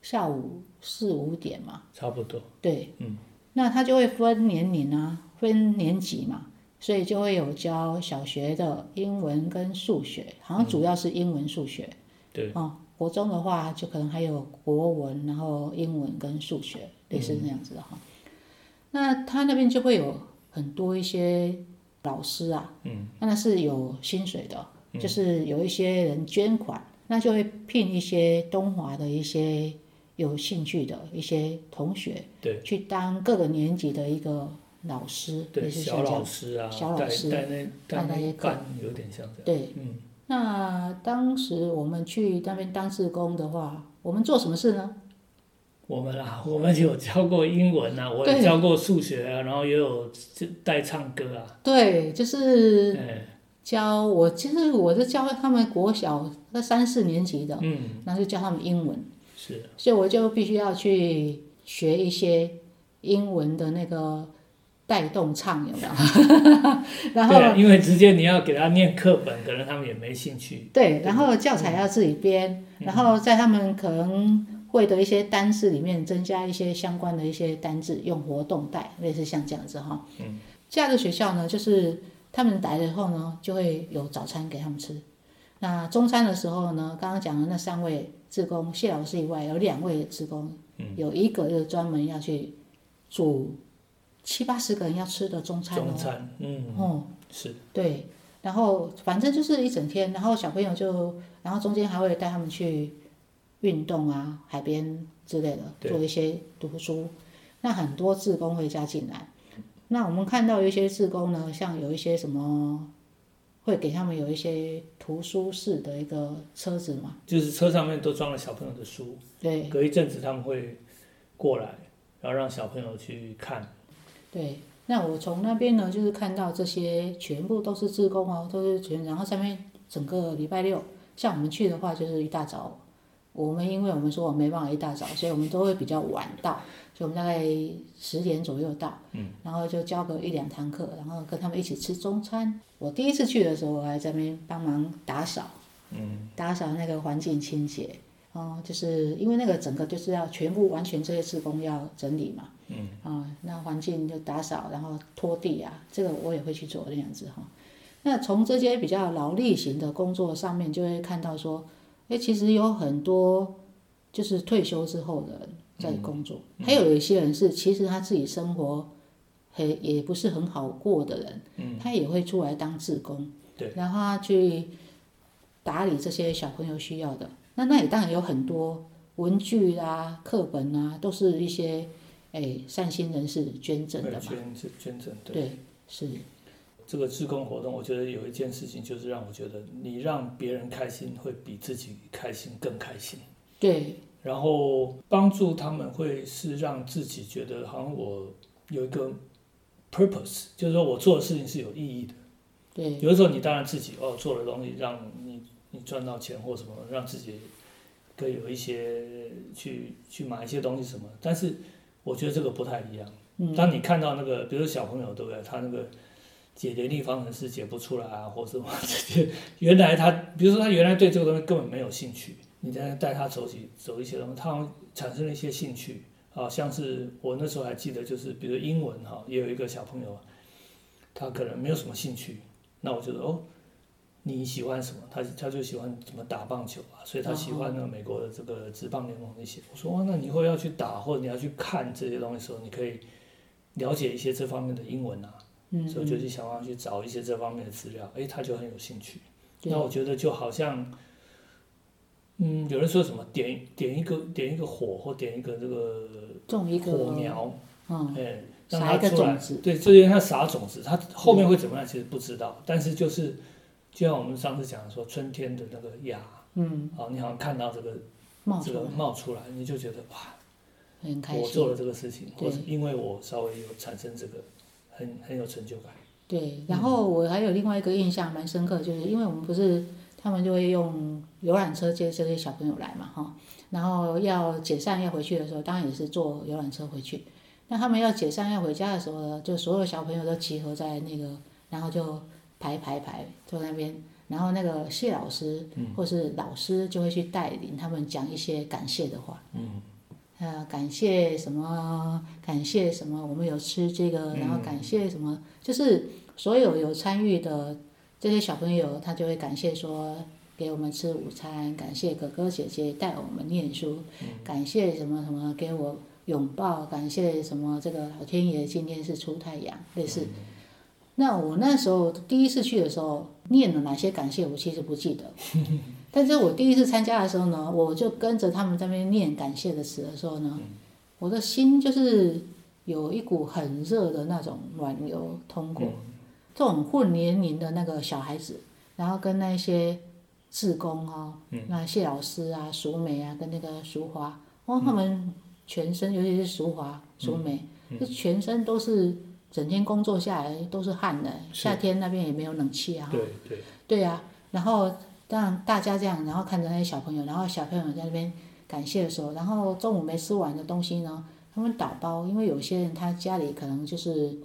[SPEAKER 1] 下午四五点嘛。
[SPEAKER 2] 差不多，
[SPEAKER 1] 对，嗯，那他就会分年龄啊，分年级嘛，所以就会有教小学的英文跟数学，好像主要是英文、数学。
[SPEAKER 2] 对，
[SPEAKER 1] 哦，国中的话就可能还有国文，然后英文跟数学，类似那样子的哈。那他那边就会有很多一些老师啊，嗯，那是有薪水的，
[SPEAKER 2] 嗯
[SPEAKER 1] 就是有一些人捐款，那就会聘一些东华的一些有兴趣的一些同学，
[SPEAKER 2] 对，
[SPEAKER 1] 去当各个年级的一个老师，类
[SPEAKER 2] 对，
[SPEAKER 1] 似
[SPEAKER 2] 小
[SPEAKER 1] 嗯像这样
[SPEAKER 2] 老师啊，
[SPEAKER 1] 小老师
[SPEAKER 2] 带带那
[SPEAKER 1] 带
[SPEAKER 2] 带
[SPEAKER 1] 那
[SPEAKER 2] 那一
[SPEAKER 1] 些课
[SPEAKER 2] 半有点像这样，
[SPEAKER 1] 对，
[SPEAKER 2] 嗯，
[SPEAKER 1] 那当时我们去那边当志工的话，我们做什么事呢？
[SPEAKER 2] 我们啊，我们有教过英文啊，我也
[SPEAKER 1] 对
[SPEAKER 2] 教过数学啊，然后也有就带唱歌啊，
[SPEAKER 1] 对，就是
[SPEAKER 2] 哎，
[SPEAKER 1] 教我，其实我就教他们国小那三四年级的，
[SPEAKER 2] 嗯，
[SPEAKER 1] 然后就教他们英文。
[SPEAKER 2] 是，
[SPEAKER 1] 所以我就必须要去学一些英文的那个带动唱，有没 有？然后
[SPEAKER 2] 对啊，因为直接你要给他念课本，可能他们也没兴趣。
[SPEAKER 1] 对，然后教材要自己编，然后在他们可能会的一些单字里面增加一些相关的一些单字，用活动带，类似像这样子哈。嗯，假日学校呢，就是他们来了后呢，就会有早餐给他们吃。那中餐的时候呢，刚刚讲的那三位志工，谢老师以外有两位志工，有一个就专门要去煮七八十个人要吃的中餐
[SPEAKER 2] 中
[SPEAKER 1] 哦。
[SPEAKER 2] 餐，嗯，
[SPEAKER 1] 哦，
[SPEAKER 2] 是，
[SPEAKER 1] 对，然后反正就是一整天，然后小朋友就，然后中间还会带他们去运动啊、海边之类的，
[SPEAKER 2] 对
[SPEAKER 1] 做一些读书。那很多志工会加进来，那我们看到有一些志工呢，像有一些什么，会给他们有一些图书室的一个车子嘛，
[SPEAKER 2] 就是车上面都装了小朋友的书，
[SPEAKER 1] 对
[SPEAKER 2] 隔一阵子他们会过来，然后让小朋友去看，
[SPEAKER 1] 对。那我从那边呢，就是看到这些全部都是志工哦，都是全，然后上面整个礼拜六，像我们去的话，就是一大早。我们因为我们说我没办法一大早，所以我们都会比较晚到，所以我们大概十点左右到，嗯，然后就教个一两堂课，然后跟他们一起吃中餐。我第一次去的时候，我还在那边帮忙打扫，嗯，打扫那个环境清洁，哦、就是因为那个整个就是要全部完全这些职工要整理嘛，嗯，啊、那环境就打扫，然后拖地啊，这个我也会去做那样子哈。那从这些比较劳力型的工作上面，就会看到说，哎，其实有很多就是退休之后的人在工作，还有一些人是其实他自己生活很也不是很好过的人，他也会出来当志工，
[SPEAKER 2] 嗯对，
[SPEAKER 1] 然后他去打理这些小朋友需要的。那那里当然有很多文具啊、课本啊，都是一些哎善心人士捐赠的嘛，
[SPEAKER 2] 捐捐捐赠，对。
[SPEAKER 1] 对，是。
[SPEAKER 2] 这个志工活动，我觉得有一件事情就是让我觉得，你让别人开心会比自己开心更开心。
[SPEAKER 1] 对
[SPEAKER 2] 然后帮助他们会是让自己觉得好像我有一个 purpose，就是说我做的事情是有意义的。
[SPEAKER 1] 对
[SPEAKER 2] 有的时候你当然自己哦做的东西让你你赚到钱或什么，让自己可以有一些去去买一些东西什么，但是我觉得这个不太一样。
[SPEAKER 1] 嗯
[SPEAKER 2] 当你看到那个，比如说小朋友对不对？他那个解联立方程式解不出来啊，或者什么这些，原来他，比如说他原来对这个东西根本没有兴趣，你在那带他走起走一些东西，他好像产生了一些兴趣。啊，像是我那时候还记得，就是比如英文哈，也有一个小朋友，啊他可能没有什么兴趣，那我觉得哦，你喜欢什么？他他就喜欢怎么打棒球啊，所以他喜
[SPEAKER 1] 哦
[SPEAKER 2] 欢那个美国的这个职棒联盟那些。我说哇，那你以后要去打或者你要去看这些东西的时候，你可以了解一些这方面的英文啊，
[SPEAKER 1] 嗯，
[SPEAKER 2] 所以就去想办法去找一些这方面的资料，诶，他就很有兴趣。
[SPEAKER 1] 对
[SPEAKER 2] 那我觉得就好像，嗯，有人说什么点点一个点一个火或点一个这个
[SPEAKER 1] 种一个
[SPEAKER 2] 火，苗，
[SPEAKER 1] 嗯，
[SPEAKER 2] 哎，让
[SPEAKER 1] 撒
[SPEAKER 2] 它
[SPEAKER 1] 一个
[SPEAKER 2] 出来
[SPEAKER 1] 种，子，
[SPEAKER 2] 对，这些它撒种子，它后面会怎么样其实不知道，但是就是就像我们上次讲的说，春天的那个芽，
[SPEAKER 1] 嗯，
[SPEAKER 2] 哦，你好像看到这个
[SPEAKER 1] 冒
[SPEAKER 2] 这
[SPEAKER 1] 出
[SPEAKER 2] 个
[SPEAKER 1] 来，
[SPEAKER 2] 冒出来，你就觉得哇，
[SPEAKER 1] 很开
[SPEAKER 2] 我
[SPEAKER 1] 心。
[SPEAKER 2] 做了这个事情，
[SPEAKER 1] 对
[SPEAKER 2] 或是因为我稍微有产生这个，很很有成就感。
[SPEAKER 1] 对，然后我还有另外一个印象蛮深刻，就是因为我们不是他们就会用游览车接这些小朋友来嘛，哈，然后要解散要回去的时候，当然也是坐游览车回去。那他们要解散要回家的时候呢，就所有小朋友都集合在那个，然后就排排排坐那边，然后那个谢老师或是老师就会去带领他们讲一些感谢的话，嗯，呃，感谢什么，感谢什么，我们有吃这个，然后感谢什么，就是所有有参与的这些小朋友，他就会感谢说给我们吃午餐，感谢哥哥姐姐带我们念书，感谢什么什么给我拥抱，感谢什么这个老天爷今天是出太阳，类似。那我那时候第一次去的时候，念了哪些感谢，我其实不记得。但是我第一次参加的时候呢，我就跟着他们在那边念感谢的词的时候呢，我的心就是有一股很热的那种暖流通过。
[SPEAKER 2] 嗯
[SPEAKER 1] 这种混年龄的那个小孩子，然后跟那些啊志工哦，那谢老师啊、淑美啊，跟那个淑华，哦，他们全身，尤其是淑华、淑美，这、全身都是整天工作下来都是汗的。
[SPEAKER 2] 是
[SPEAKER 1] 夏天那边也没有冷气啊，
[SPEAKER 2] 对对，
[SPEAKER 1] 对呀、然后让大家这样，然后看着那些小朋友，然后小朋友在那边感谢的时候，然后中午没吃完的东西呢，他们打包，因为有些人他家里可能就是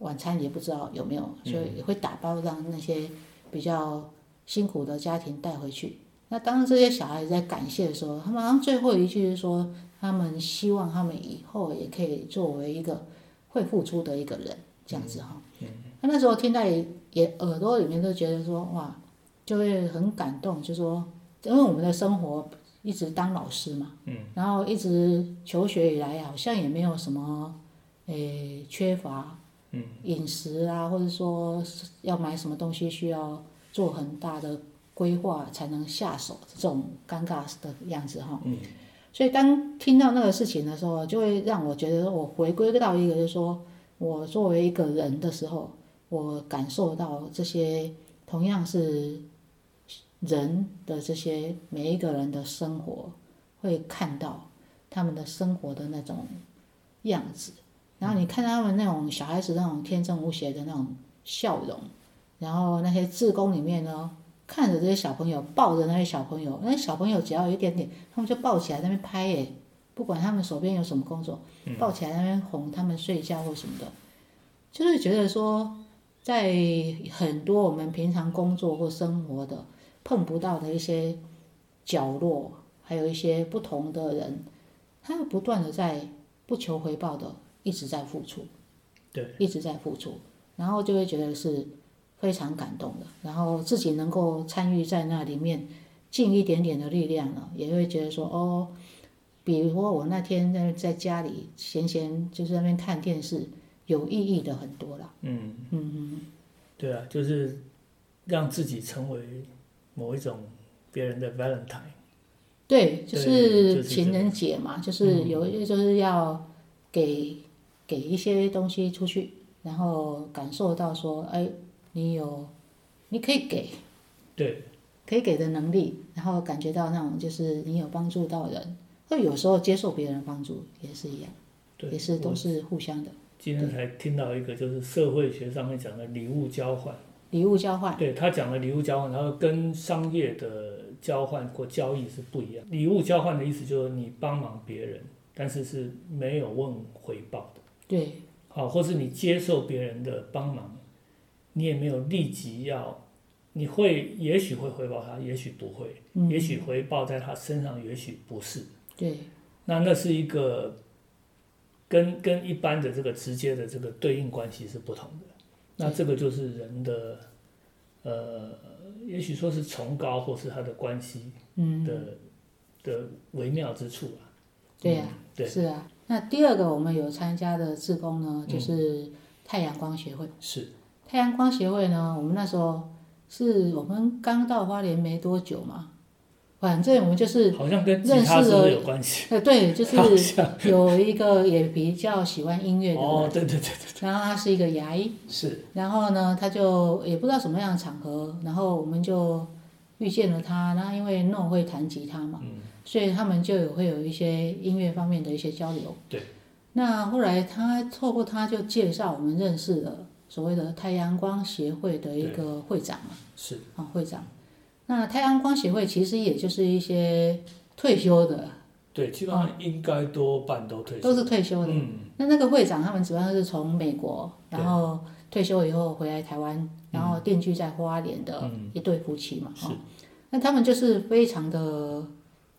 [SPEAKER 1] 晚餐也不知道有没有，所以也会打包让那些比较辛苦的家庭带回去。那当这些小孩子在感谢的时候，他们好像最后一句是说，他们希望他们以后也可以作为一个会付出的一个人，这样子哈、那那时候听到也也耳朵里面都觉得说哇，就会很感动，就说因为我们的生活一直当老师嘛，嗯，然后一直求学以来好像也没有什么诶、缺乏，嗯，饮食啊，或者说是要买什么东西需要做很大的规划才能下手这种尴尬的样子哈，嗯。所以，当听到那个事情的时候，就会让我觉得说我回归到一个，就是说，我作为一个人的时候，我感受到这些同样是人的这些每一个人的生活，会看到他们的生活的那种样子。然后你看他们那种小孩子那种天真无邪的那种笑容，然后那些志工里面呢，看着这些小朋友，抱着那些小朋友，那些哎小朋友只要有一点点，他们就抱起来在那边拍耶，不管他们手边有什么工作，抱起来在那边哄他们睡觉或什么的，就是觉得说，在很多我们平常工作或生活的碰不到的一些角落，还有一些不同的人，他们不断的在不求回报的一直在付出，
[SPEAKER 2] 对，
[SPEAKER 1] 一直在付出，然后就会觉得是非常感动的，然后自己能够参与在那里面，尽一点点的力量了，也会觉得说哦。比如说我那天在在家里闲闲就是在那边看电视，有意义的很多啦。
[SPEAKER 2] 嗯嗯对啊，就是让自己成为某一种别人的 Valentine，
[SPEAKER 1] 对，就
[SPEAKER 2] 对就是嗯是
[SPEAKER 1] 情人节嘛，就是有一就是要给给一些东西出去，然后感受到说，哎，你有你可以给，
[SPEAKER 2] 对，
[SPEAKER 1] 可以给的能力，然后感觉到那种就是你有帮助到人，或者有时候接受别人的帮助也是一样，
[SPEAKER 2] 对，
[SPEAKER 1] 也是
[SPEAKER 2] 我
[SPEAKER 1] 都是互相的
[SPEAKER 2] 今天才听到一个，就是社会学上面讲的礼物交换。
[SPEAKER 1] 礼物交换。
[SPEAKER 2] 对他讲的礼物交换，他说跟商业的交换或交易是不一样。礼物交换的意思就是你帮忙别人，但是是没有问回报的，
[SPEAKER 1] 对
[SPEAKER 2] 好，或是你接受别人的帮忙，你也没有立即要，你会也许会回报他，也许不会，
[SPEAKER 1] 嗯
[SPEAKER 2] 也许回报在他身上，也许不是。
[SPEAKER 1] 对
[SPEAKER 2] 那那是一个跟跟一般的这个直接的这个对应关系是不同的。那这个就是人的呃，也许说是崇高，或是他的关系
[SPEAKER 1] 嗯。
[SPEAKER 2] 的、的微妙之处啊。
[SPEAKER 1] 对呀、
[SPEAKER 2] 嗯对
[SPEAKER 1] 是啊。那第二个我们有参加的志工呢，
[SPEAKER 2] 嗯
[SPEAKER 1] 就是太阳光协会。
[SPEAKER 2] 是，
[SPEAKER 1] 太阳光协会呢，我们那时候是我们刚到花莲没多久嘛，反正我们 就是，
[SPEAKER 2] 好像跟吉
[SPEAKER 1] 认识
[SPEAKER 2] 他是不
[SPEAKER 1] 了
[SPEAKER 2] 是有关系？
[SPEAKER 1] 呃，对，就
[SPEAKER 2] 好
[SPEAKER 1] 是
[SPEAKER 2] 像
[SPEAKER 1] 有一个也比较喜欢音乐的人，
[SPEAKER 2] 哦，对对对，
[SPEAKER 1] 然后他是一个牙医，
[SPEAKER 2] 是
[SPEAKER 1] 然后呢，他就也不知道什么样的场合，然后我们就遇见了他。那因为诺会弹吉他嘛，
[SPEAKER 2] 嗯
[SPEAKER 1] 所以他们就有会有一些音乐方面的一些交流。
[SPEAKER 2] 对。
[SPEAKER 1] 那后来他透过他就介绍我们认识了所谓的太阳光协会的一个会长嘛，
[SPEAKER 2] 是，
[SPEAKER 1] 啊会长。那太阳光协会其实也就是一些退休的，
[SPEAKER 2] 对，基本上应该多半都哦退
[SPEAKER 1] 都
[SPEAKER 2] 休。
[SPEAKER 1] 是退休的。
[SPEAKER 2] 嗯，
[SPEAKER 1] 那那个会长他们主要是从美国，
[SPEAKER 2] 对
[SPEAKER 1] 然后退休以后回来台湾，然后定居在花莲的
[SPEAKER 2] 嗯
[SPEAKER 1] 一对夫妻嘛。
[SPEAKER 2] 是
[SPEAKER 1] 哦，那他们就是非常的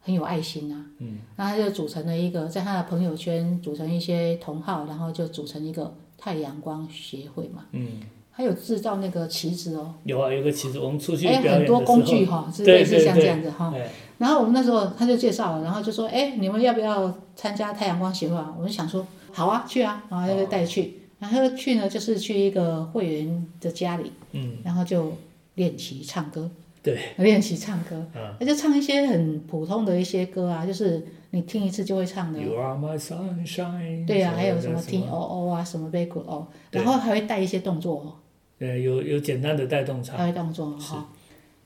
[SPEAKER 1] 很有爱心啊。
[SPEAKER 2] 嗯，
[SPEAKER 1] 那他就组成了一个，在他的朋友圈组成一些同好，然后就组成一个太阳光协会嘛。
[SPEAKER 2] 嗯，
[SPEAKER 1] 还有制造那个旗子哦，
[SPEAKER 2] 有啊，有个其实我们出去
[SPEAKER 1] 哎，
[SPEAKER 2] 表演
[SPEAKER 1] 很
[SPEAKER 2] 的
[SPEAKER 1] 多
[SPEAKER 2] 时
[SPEAKER 1] 工
[SPEAKER 2] 候
[SPEAKER 1] 具哈，是类
[SPEAKER 2] 对
[SPEAKER 1] 似
[SPEAKER 2] 对
[SPEAKER 1] 像
[SPEAKER 2] 对
[SPEAKER 1] 这样子哈。
[SPEAKER 2] 哎
[SPEAKER 1] 然后我们那时候他就介绍了，然后就说：“哎，你们要不要参加太阳光协会啊？”我们想说：“好啊，去啊！”然后他就带去，然后去呢就是去一个会员的家里，
[SPEAKER 2] 嗯，
[SPEAKER 1] 然后就练习唱歌，
[SPEAKER 2] 对，
[SPEAKER 1] 练习唱歌，
[SPEAKER 2] 嗯
[SPEAKER 1] 那就唱一些很普通的一些歌啊，就是你听一次就会唱的。
[SPEAKER 2] You are my sunshine。
[SPEAKER 1] 对啊，还有
[SPEAKER 2] 的
[SPEAKER 1] 什么
[SPEAKER 2] 什么
[SPEAKER 1] 听哦哦啊，什么 b a g 哦，
[SPEAKER 2] 对
[SPEAKER 1] 然后还会带一些动作哦，
[SPEAKER 2] 呃，有有简单的带动唱，
[SPEAKER 1] 还
[SPEAKER 2] 嗯
[SPEAKER 1] 会动作哦哈。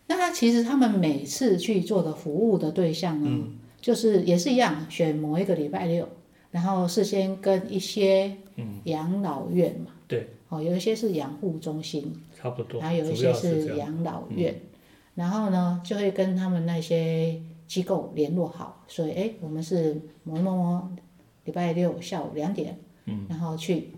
[SPEAKER 1] 那他其实他们每次去做的服务的对象呢，就是也是一样，选某一个礼拜六，然后事先跟一些养老院嘛，
[SPEAKER 2] 嗯对，
[SPEAKER 1] 哦，有一些是养护中心，
[SPEAKER 2] 差不多，
[SPEAKER 1] 然后有一
[SPEAKER 2] 主
[SPEAKER 1] 些
[SPEAKER 2] 要是这样。嗯
[SPEAKER 1] 养老院，然后呢就会跟他们那些机构联络好，所以哎，诶我们是某某某礼拜六下午两点，
[SPEAKER 2] 嗯
[SPEAKER 1] 然后去，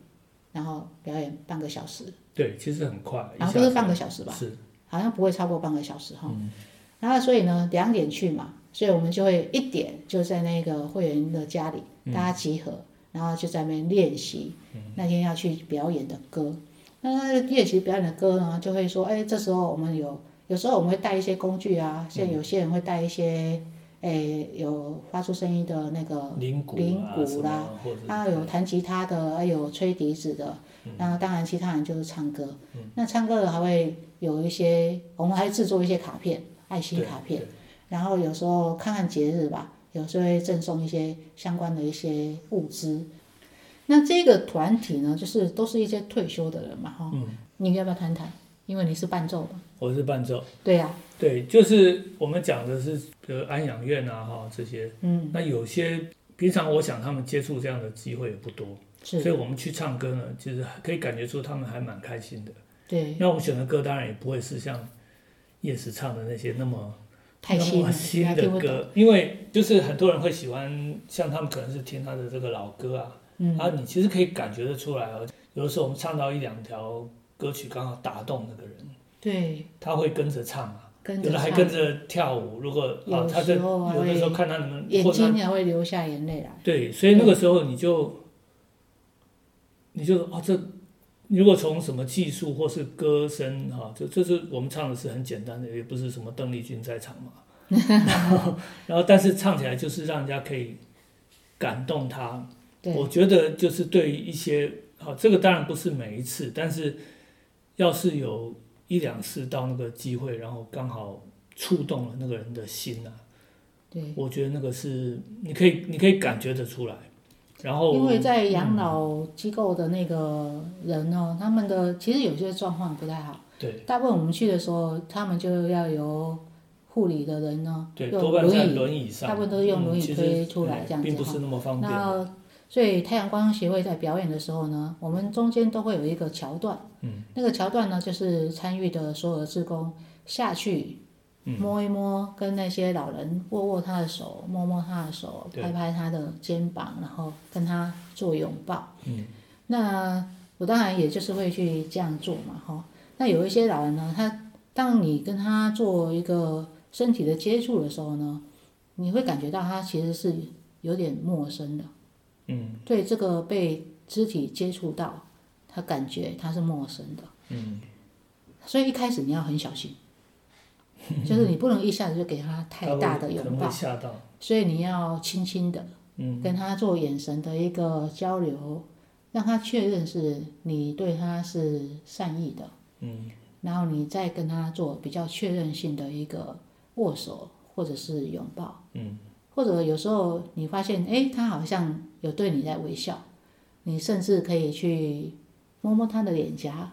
[SPEAKER 1] 然后表演半个小时，
[SPEAKER 2] 对，其实很快，一
[SPEAKER 1] 好像
[SPEAKER 2] 下
[SPEAKER 1] 不是
[SPEAKER 2] 子
[SPEAKER 1] 半个小时吧？
[SPEAKER 2] 是
[SPEAKER 1] 好像不会超过半个小时哈。
[SPEAKER 2] 嗯
[SPEAKER 1] 然后所以呢，两点去嘛，所以我们就会一点就在那个会员的家里，
[SPEAKER 2] 嗯
[SPEAKER 1] 大家集合，然后就在那边练习那天要去表演的歌。那练习表演的歌呢，就会说，哎，这时候我们有有时候我们会带一些工具啊，
[SPEAKER 2] 嗯
[SPEAKER 1] 现在有些人会带一些，哎，有发出声音的那个
[SPEAKER 2] 铃鼓、啊、
[SPEAKER 1] 铃鼓
[SPEAKER 2] 什么
[SPEAKER 1] 啦，
[SPEAKER 2] 或者是嗯
[SPEAKER 1] 啊，有弹吉他的，啊有吹笛子的，然后当然其他人就是唱歌。那唱歌的还会有一些，我们还制作一些卡片，爱心卡片，然后有时候看看节日吧，有时候会赠送一些相关的一些物资。那这个团体呢，就是都是一些退休的人嘛，哈，
[SPEAKER 2] 嗯
[SPEAKER 1] 你要不要谈谈？因为你是伴奏嘛，
[SPEAKER 2] 我是伴奏。
[SPEAKER 1] 对啊呀、
[SPEAKER 2] 对，就是我们讲的是，比如安养院啊，哈这些。嗯。那有些平常我想他们接触这样的机会也不多，所以
[SPEAKER 1] 是，
[SPEAKER 2] 我们去唱歌呢，其实可以感觉出他们还蛮开心的。
[SPEAKER 1] 对，
[SPEAKER 2] 那我们选的歌当然也不会是像叶时唱的那些那么
[SPEAKER 1] 太新了，
[SPEAKER 2] 那么
[SPEAKER 1] 你
[SPEAKER 2] 新
[SPEAKER 1] 还
[SPEAKER 2] 的
[SPEAKER 1] 听不懂，
[SPEAKER 2] 歌，因为就是很多人会喜欢，像他们可能是听他的这个老歌啊，
[SPEAKER 1] 嗯，
[SPEAKER 2] 啊，你其实可以感觉得出来哦。有的时候我们唱到一两条歌曲，刚好打动那个人，
[SPEAKER 1] 对，
[SPEAKER 2] 他会跟着唱啊，
[SPEAKER 1] 跟
[SPEAKER 2] 有
[SPEAKER 1] 着
[SPEAKER 2] 的还
[SPEAKER 1] 唱，
[SPEAKER 2] 跟着跳舞。如果啊
[SPEAKER 1] 有，
[SPEAKER 2] 他在
[SPEAKER 1] 时候还
[SPEAKER 2] 有的时候
[SPEAKER 1] 会
[SPEAKER 2] 看他们，
[SPEAKER 1] 眼
[SPEAKER 2] 或者
[SPEAKER 1] 睛也会流下眼泪来。啊
[SPEAKER 2] 他对，所以那个时候你就，你就哦，这如果从什么技术或是歌声哈、就就是我们唱的是很简单的，也不是什么邓丽君在唱嘛，然后然后但是唱起来就是让人家可以感动他，
[SPEAKER 1] 对，
[SPEAKER 2] 我觉得就是对于一些好，这个当然不是每一次，但是要是有一两次到那个机会，然后刚好触动了那个人的心啊，
[SPEAKER 1] 对，
[SPEAKER 2] 我觉得那个是你可以你可以感觉得出来。然后
[SPEAKER 1] 因为在养老机构的那个人哦，他们的其实有些状况不太好。
[SPEAKER 2] 对
[SPEAKER 1] 大部分我们去的时候，他们就要由护理的人呢，
[SPEAKER 2] 对，
[SPEAKER 1] 用
[SPEAKER 2] 多半在
[SPEAKER 1] 轮椅，
[SPEAKER 2] 轮椅上，
[SPEAKER 1] 大部分都是用轮
[SPEAKER 2] 嗯
[SPEAKER 1] 椅
[SPEAKER 2] 其实
[SPEAKER 1] 推出来
[SPEAKER 2] 嗯
[SPEAKER 1] 这样子
[SPEAKER 2] 并不
[SPEAKER 1] 哈
[SPEAKER 2] 是那么方便。
[SPEAKER 1] 那所以太阳光协会在表演的时候呢，我们中间都会有一个桥段，嗯，那个桥段呢，就是参与的所有的志工下去摸一摸，跟那些老人握握他的手，摸摸他的手，
[SPEAKER 2] 对
[SPEAKER 1] 拍拍他的肩膀，然后跟他做拥抱。嗯，那我当然也就是会去这样做嘛，哈。那有一些老人呢，他当你跟他做一个身体的接触的时候呢，你会感觉到他其实是有点陌生的，嗯，对这个被肢体接触到，他感觉他是陌生的，嗯，所以一开始你要很小心。就是你不能一下子就给他太大的
[SPEAKER 2] 他会可
[SPEAKER 1] 拥
[SPEAKER 2] 能
[SPEAKER 1] 抱
[SPEAKER 2] 会，吓到。
[SPEAKER 1] 所以你要轻轻的，嗯，跟他做眼神的一个交流，让他确认是你对他是善意的，嗯，然后你再跟他做比较确认性的一个握手或者是拥抱，嗯，或者有时候你发现，哎，他好像有对你在微笑，你甚至可以去摸摸他的脸颊，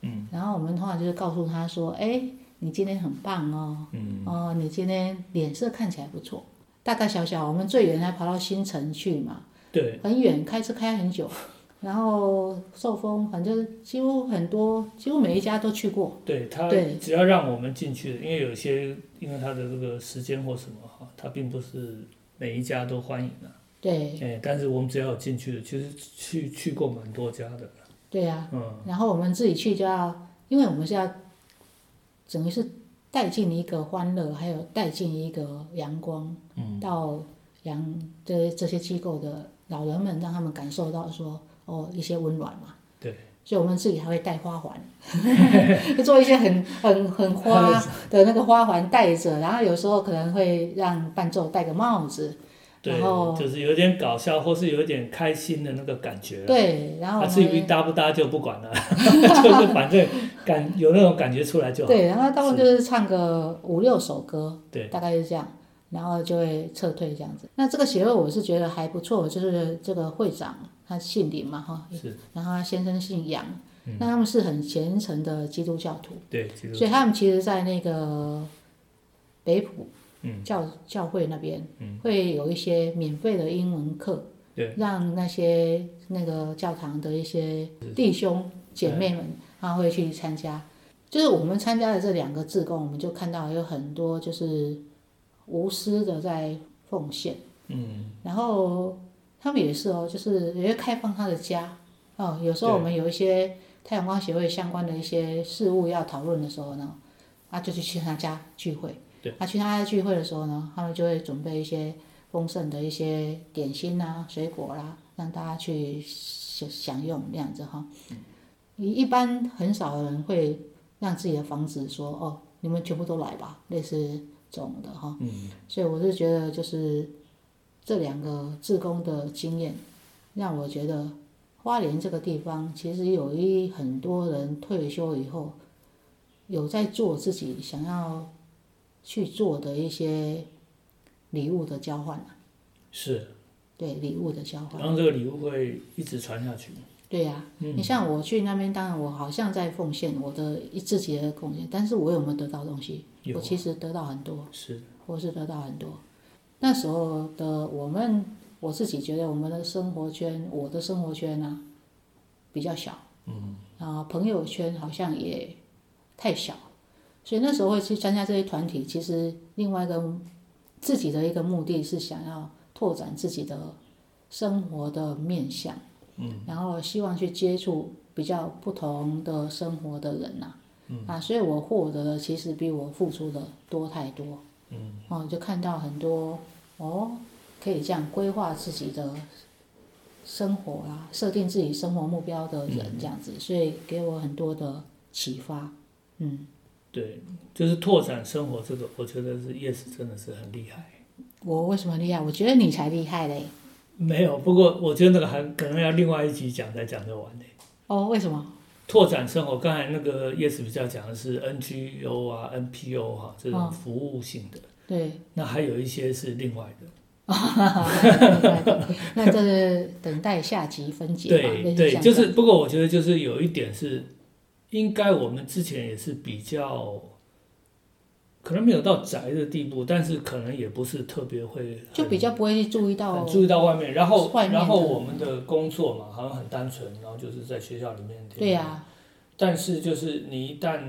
[SPEAKER 1] 嗯，然后我们通常就是告诉他说，哎，你今天很棒哦，嗯，哦，你今天脸色看起来不错。大大小小，我们最远还跑到新城去嘛，
[SPEAKER 2] 对，
[SPEAKER 1] 很远，开车开很久， 然后受风，反正几乎很多，几乎每一家都去过。
[SPEAKER 2] 对他
[SPEAKER 1] 对
[SPEAKER 2] 只要让我们进去，因为有些因为他的这个时间或什么哈，他并不是每一家都欢迎的、
[SPEAKER 1] 对
[SPEAKER 2] 哎、但是我们只要有进去的，其实去去过蛮多家的。
[SPEAKER 1] 对啊呀、
[SPEAKER 2] 嗯，
[SPEAKER 1] 然后我们自己去就要，因为我们是要，等于是带进一个欢乐，还有带进一个阳光，嗯，到阳这这些机构的老人们，让他们感受到说哦一些温暖嘛。
[SPEAKER 2] 对。
[SPEAKER 1] 所以我们自己还会带花环， 做一些很很很花的那个花环戴着，然后有时候可能会让伴奏戴个帽子，
[SPEAKER 2] 对
[SPEAKER 1] 然后，
[SPEAKER 2] 就是有点搞笑，或是有点开心的那个感觉。
[SPEAKER 1] 对，然后
[SPEAKER 2] 啊，
[SPEAKER 1] 我
[SPEAKER 2] 至于
[SPEAKER 1] 们
[SPEAKER 2] 搭不搭就不管了， 就是反正感有那种感觉出来就好。
[SPEAKER 1] 对，然后他们就是唱个五六首歌，
[SPEAKER 2] 对，
[SPEAKER 1] 大概是这样，然后就会撤退这样子。那这个协会我是觉得还不错，就是这个会长他姓林嘛哈，
[SPEAKER 2] 是，嗯
[SPEAKER 1] 然后他先生姓杨，那他们是很虔诚的基督教徒，
[SPEAKER 2] 对，其实
[SPEAKER 1] 所以他们其实在那个北浦嗯，教教会那边，嗯，会有一些免费的英文课，
[SPEAKER 2] 对，
[SPEAKER 1] 让那些那个教堂的一些弟兄姐妹们，他会去参加。就是我们参加的这两个志工，我们就看到有很多就是无私的在奉献，嗯，然后他们也是哦，就是也会开放他的家哦。有时候我们有一些太阳光协会相关的一些事务要讨论的时候呢，啊，就去去他家聚会。
[SPEAKER 2] 对，
[SPEAKER 1] 啊，去他家聚会的时候呢，他们就会准备一些丰盛的一些点心啊、水果啦、让大家去享享用这样子哈。一一般很少有人会让自己的房子说哦，你们全部都来吧，类似这种的哈。嗯，所以我是觉得就是这两个志工的经验，让我觉得花莲这个地方其实有一很多人退休以后有在做自己想要去做的一些礼物的交换啊，
[SPEAKER 2] 是，
[SPEAKER 1] 对礼物的交换。
[SPEAKER 2] 然后这个礼物会一直传下去。
[SPEAKER 1] 对呀、你像我去那边，当然我好像在奉献我的一自己的贡献，但是我有没有得到东西？
[SPEAKER 2] 有
[SPEAKER 1] 我其实得到很多，
[SPEAKER 2] 是，
[SPEAKER 1] 我是得到很多。那时候的我们，我自己觉得我们的生活圈，我的生活圈呢、比较小，嗯，啊，朋友圈好像也太小，所以那时候会去参加这些团体，其实另外一个自己的一个目的是想要拓展自己的生活的面向。然后希望去接触比较不同的生活的人呐、啊所以我获得的其实比我付出的多太多，嗯，哦，就看到很多哦，可以这样规划自己的生活啊，设定自己生活目标的
[SPEAKER 2] 嗯
[SPEAKER 1] 人这样子，所以给我很多的启发，嗯，
[SPEAKER 2] 对，就是拓展生活这个，我觉得是 Yes 真的是很厉害。
[SPEAKER 1] 我为什么厉害？我觉得你才厉害嘞，
[SPEAKER 2] 没有，不过我觉得那个还可能要另外一集讲才讲得完呢。
[SPEAKER 1] 哦，为什么？
[SPEAKER 2] 拓展生活，刚才那个 Yes 比较讲的是 NGO 啊、NPO 哈、这
[SPEAKER 1] 哦
[SPEAKER 2] 种服务性的，
[SPEAKER 1] 对，
[SPEAKER 2] 那还有一些是另外的。
[SPEAKER 1] 那这是等待下集分解吧，类
[SPEAKER 2] 对
[SPEAKER 1] 似
[SPEAKER 2] 对，
[SPEAKER 1] 这样
[SPEAKER 2] 就是不过我觉得就是有一点是，应该我们之前也是比较，可能没有到宅的地步，但是可能也不是特别会很
[SPEAKER 1] 就比较不会去注意到哦
[SPEAKER 2] 很注意到外面，然后
[SPEAKER 1] 外面的
[SPEAKER 2] 然后我们的工作嘛，好像很单纯，然后就是在学校里面。
[SPEAKER 1] 对啊呀、
[SPEAKER 2] 但是就是你一旦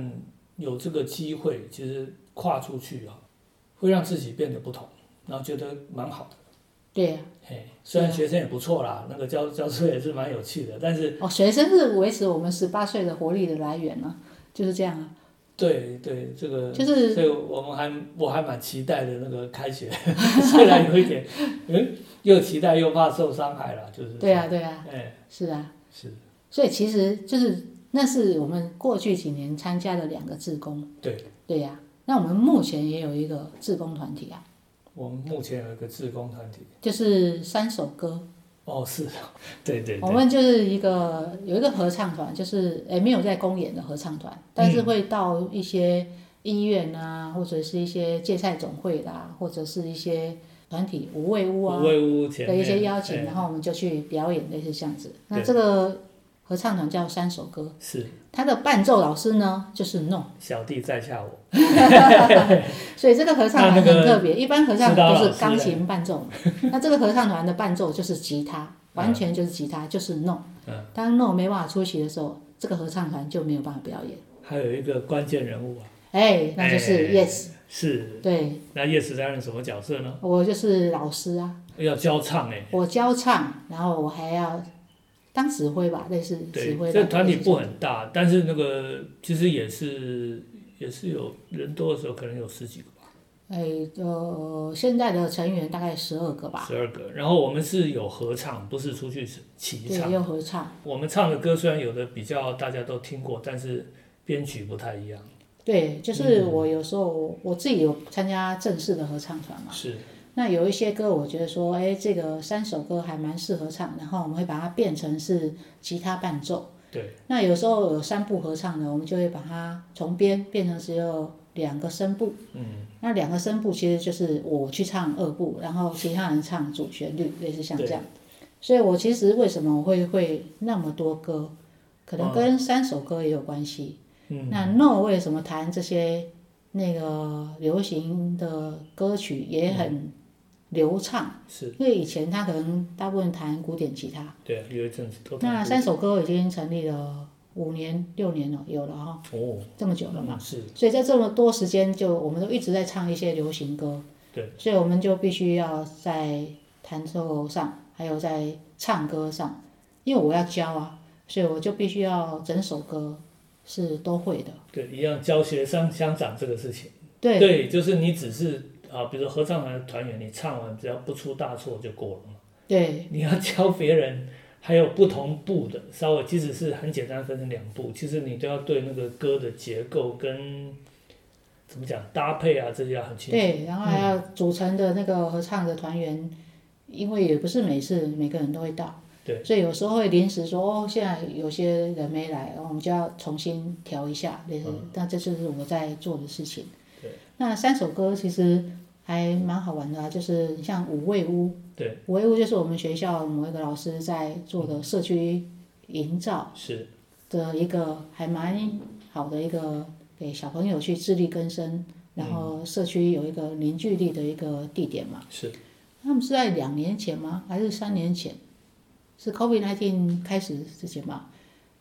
[SPEAKER 2] 有这个机会，其实跨出去啊，会让自己变得不同，然后觉得蛮好的。
[SPEAKER 1] 对呀、啊
[SPEAKER 2] 嘿，虽然学生也不错啦，那个教教授也是蛮有趣的，但是
[SPEAKER 1] 哦，学生是维持我们十八岁的活力的来源呢、就是这样啊，
[SPEAKER 2] 对对，这个
[SPEAKER 1] 就是
[SPEAKER 2] 所以我们还我还蛮期待的那个 开学，虽然有一点，嗯，又期待又怕受伤害了，就是
[SPEAKER 1] 对啊，对啊，
[SPEAKER 2] 哎，
[SPEAKER 1] 是啊，
[SPEAKER 2] 是，
[SPEAKER 1] 所以其实就是那是我们过去几年参加的两个志工，
[SPEAKER 2] 对，
[SPEAKER 1] 对呀、那我们目前也有一个志工团体啊，
[SPEAKER 2] 我们目前有一个志工团体，
[SPEAKER 1] 就是三首歌，
[SPEAKER 2] 哦，是，对对
[SPEAKER 1] 我
[SPEAKER 2] 对，
[SPEAKER 1] 们就是一个有一个合唱团，就是诶没有在公演的合唱
[SPEAKER 2] 嗯
[SPEAKER 1] 团，但是会到一些医院啊，或者是一些芥菜总会啦，或者是一些团体无畏屋啊，
[SPEAKER 2] 五位屋前
[SPEAKER 1] 的
[SPEAKER 2] 面
[SPEAKER 1] 一些邀请，
[SPEAKER 2] 哎
[SPEAKER 1] 然后我们就去表演，类似这样子。那
[SPEAKER 2] 对
[SPEAKER 1] 这个合唱团叫三首歌，
[SPEAKER 2] 是
[SPEAKER 1] 他的伴奏老师呢就是 No，
[SPEAKER 2] 小弟在下我，
[SPEAKER 1] 所以这个合唱团
[SPEAKER 2] 那
[SPEAKER 1] 很
[SPEAKER 2] 那个
[SPEAKER 1] 特别。一般合唱
[SPEAKER 2] 指
[SPEAKER 1] 团
[SPEAKER 2] 导老师
[SPEAKER 1] 都是钢琴伴奏嘛，那这个合唱团的伴奏就是吉他，完全就是吉他，就是 No。
[SPEAKER 2] 嗯，
[SPEAKER 1] 当 No 没办法出席的时候，这个合唱团就没有办法表演。
[SPEAKER 2] 还有一个关键人物啊，
[SPEAKER 1] 哎，那就是
[SPEAKER 2] 哎
[SPEAKER 1] Yes，
[SPEAKER 2] 是，
[SPEAKER 1] 对
[SPEAKER 2] 那 Yes 担任什么角色呢？
[SPEAKER 1] 我就是老师啊，
[SPEAKER 2] 要教唱哎，
[SPEAKER 1] 我教唱，然后我还要当指挥吧，类似指
[SPEAKER 2] 对
[SPEAKER 1] 挥吧。，
[SPEAKER 2] 这团体
[SPEAKER 1] 类似
[SPEAKER 2] 不很大，但是那个其实也是也是有人多的时候，可能有十几个吧，
[SPEAKER 1] 哎，呃，现在的成员大概十二个吧，
[SPEAKER 2] 十二个。然后我们是有合唱，不是出去齐
[SPEAKER 1] 对，啊
[SPEAKER 2] 唱。
[SPEAKER 1] 又合唱，
[SPEAKER 2] 我们唱的歌虽然有的比较大家都听过，但是编曲不太一样。
[SPEAKER 1] 对，就是
[SPEAKER 2] 嗯
[SPEAKER 1] 我有时候我自己有参加正式的合唱团嘛，
[SPEAKER 2] 是
[SPEAKER 1] 那有一些歌我觉得说，哎，这个三首歌还蛮适合唱，然后我们会把它变成是吉他伴奏。
[SPEAKER 2] 对，
[SPEAKER 1] 那有时候有三部合唱的，我们就会把它重编变成只有两个声部。嗯，那两个声部其实就是我去唱二部，然后其他人唱主旋律，类似像这样。所以我其实为什么我会会那么多歌，可能跟三首歌也有关系。
[SPEAKER 2] 嗯，
[SPEAKER 1] 那 No 为什么弹这些那个流行的歌曲也很流畅，
[SPEAKER 2] 嗯是
[SPEAKER 1] 因为以前他可能大部分弹古典吉他。
[SPEAKER 2] 对啊，有一阵子都
[SPEAKER 1] 那三首歌已经成立了五年、六年了，有了哈、
[SPEAKER 2] 哦，
[SPEAKER 1] 这么久了嘛。
[SPEAKER 2] 是
[SPEAKER 1] 所以在这么多时间，就我们都一直在唱一些流行歌。
[SPEAKER 2] 对。
[SPEAKER 1] 所以我们就必须要在弹奏上，还有在唱歌上，因为我要教啊，所以我就必须要整首歌是都会的。
[SPEAKER 2] 对，一样教学生乡长这个事情，
[SPEAKER 1] 对，
[SPEAKER 2] 就是你只是啊，比如说合唱团的团员，你唱完只要不出大错就过了嘛。
[SPEAKER 1] 对，
[SPEAKER 2] 你要教别人，还有不同步的，稍微即使是很简单分成两步，其实你都要对那个歌的结构跟怎么讲搭配啊这些要很清楚。
[SPEAKER 1] 对，然后还要组成的那个合唱的团员，因为也不是每次每个人都会到，
[SPEAKER 2] 对，
[SPEAKER 1] 所以有时候会临时说哦，现在有些人没来，然后我们就要重新调一下，类似，
[SPEAKER 2] 嗯
[SPEAKER 1] 那这就是我在做的事情。对，那三首歌其实还蛮好玩的啊，就是像五味屋，
[SPEAKER 2] 对，
[SPEAKER 1] 五味屋就是我们学校某一个老师在做的社区营造。
[SPEAKER 2] 是
[SPEAKER 1] 的一个还蛮好的一个给小朋友去自力更生，然
[SPEAKER 2] 嗯
[SPEAKER 1] 后社区有一个凝聚力的一个地点嘛。
[SPEAKER 2] 是，
[SPEAKER 1] 他们是在两年前吗？还是三年前？是 COVID 1 9开始之前吧？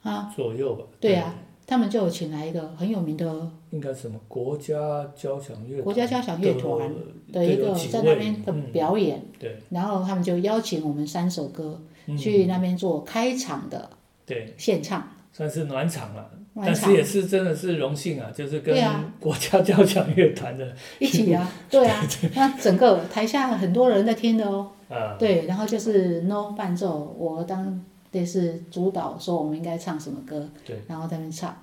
[SPEAKER 1] 啊，
[SPEAKER 2] 左右吧。
[SPEAKER 1] 对啊，他们就有请来一个很有名的
[SPEAKER 2] 应该是什么国家交响乐团
[SPEAKER 1] 国家交响乐团的
[SPEAKER 2] 对
[SPEAKER 1] 一个
[SPEAKER 2] 有几
[SPEAKER 1] 在那
[SPEAKER 2] 位
[SPEAKER 1] 边的
[SPEAKER 2] 嗯
[SPEAKER 1] 表演，
[SPEAKER 2] 对
[SPEAKER 1] 然后他们就邀请我们三首歌
[SPEAKER 2] 嗯
[SPEAKER 1] 去那边做开场的
[SPEAKER 2] 对，
[SPEAKER 1] 现唱。
[SPEAKER 2] 算是暖场了。
[SPEAKER 1] 暖
[SPEAKER 2] 但
[SPEAKER 1] 场
[SPEAKER 2] 是也是真的是荣幸啊，就是跟
[SPEAKER 1] 对啊
[SPEAKER 2] 国家交响乐团的
[SPEAKER 1] 一起 啊，对啊，那整个台下很多人在听的哦，
[SPEAKER 2] 啊，
[SPEAKER 1] 对，然后就是 no 伴奏，我当类似主导说我们应该唱什么歌，
[SPEAKER 2] 对，
[SPEAKER 1] 然后在那边唱。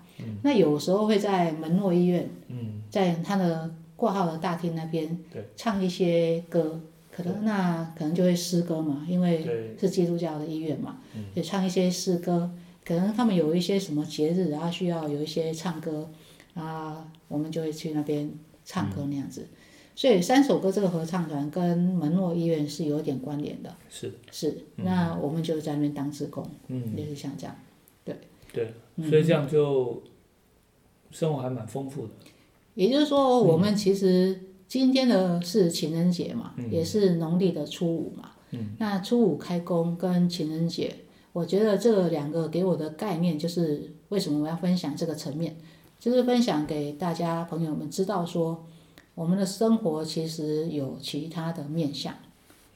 [SPEAKER 1] 那有时候会在门诺医院，
[SPEAKER 2] 嗯，
[SPEAKER 1] 在他的挂号的大厅那边，
[SPEAKER 2] 对，
[SPEAKER 1] 唱一些歌，可能那可能就会诗歌嘛，因为
[SPEAKER 2] 对嗯
[SPEAKER 1] 是基督教的医院嘛，就唱一些诗歌。可能他们有一些什么节日，然后需要有一些唱歌啊，我们就会去那边唱歌那样子。所以三首歌这个合唱团跟门诺医院是有点关联的。
[SPEAKER 2] 是，
[SPEAKER 1] 是，那我们就在那边当志工，
[SPEAKER 2] 嗯，
[SPEAKER 1] 就是像这样。
[SPEAKER 2] 对，
[SPEAKER 1] 嗯
[SPEAKER 2] 所以这样就生活还蛮丰富的。
[SPEAKER 1] 也就是说，我们其实今天的是情人节嘛，也是农历的初五嘛。嗯、那初五开工跟情人节，我觉得这两个给我的概念就是为什么我要分享这个层面，就是分享给大家朋友们知道说，我们的生活其实有其他的面向。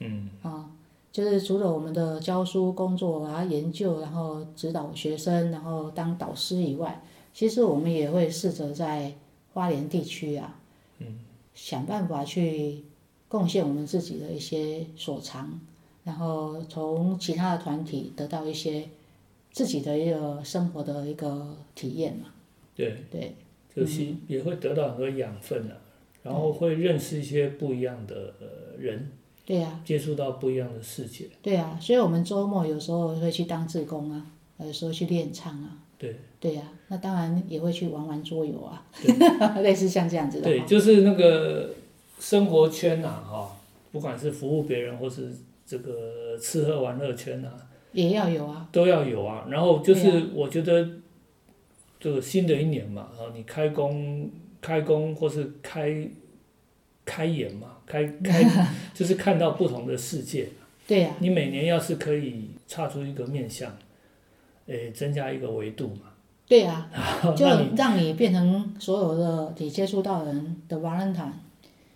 [SPEAKER 2] 嗯，
[SPEAKER 1] 啊，就是除了我们的教书工作啊、研究，然后指导学生，然后当导师以外，其实我们也会试着在花莲地区啊，嗯，想办法去贡献我们自己的一些所长，然后从其他的团体得到一些自己的一个生活的一个体验嘛。
[SPEAKER 2] 对，
[SPEAKER 1] 对，嗯
[SPEAKER 2] 就是也会得到很多养分啊，然后会认识一些不一样的呃人，
[SPEAKER 1] 对呀、
[SPEAKER 2] 接触到不一样的世界。
[SPEAKER 1] 对啊，所以我们周末有时候会去当志工啊，有时候去练唱啊。
[SPEAKER 2] 对
[SPEAKER 1] 对呀、那当然也会去玩玩桌游啊， 类似像这样子的
[SPEAKER 2] 对，
[SPEAKER 1] 哈。
[SPEAKER 2] 就是那个生活圈呐、啊，哈、不管是服务别人或是这个吃喝玩乐圈呐、啊。
[SPEAKER 1] 也要有啊。
[SPEAKER 2] 都要有啊。然后就
[SPEAKER 1] 对
[SPEAKER 2] 是我觉得，这个新的一年嘛，然后你开工、开工或是开开眼嘛，开 开就是看到不同的世界。
[SPEAKER 1] 对啊呀、
[SPEAKER 2] 你每年要是可以岔出一个面向，诶，增加一个维度嘛，
[SPEAKER 1] 对呀、 就
[SPEAKER 2] 那你
[SPEAKER 1] 让你变成所有的你接触到的人的 Valentine，、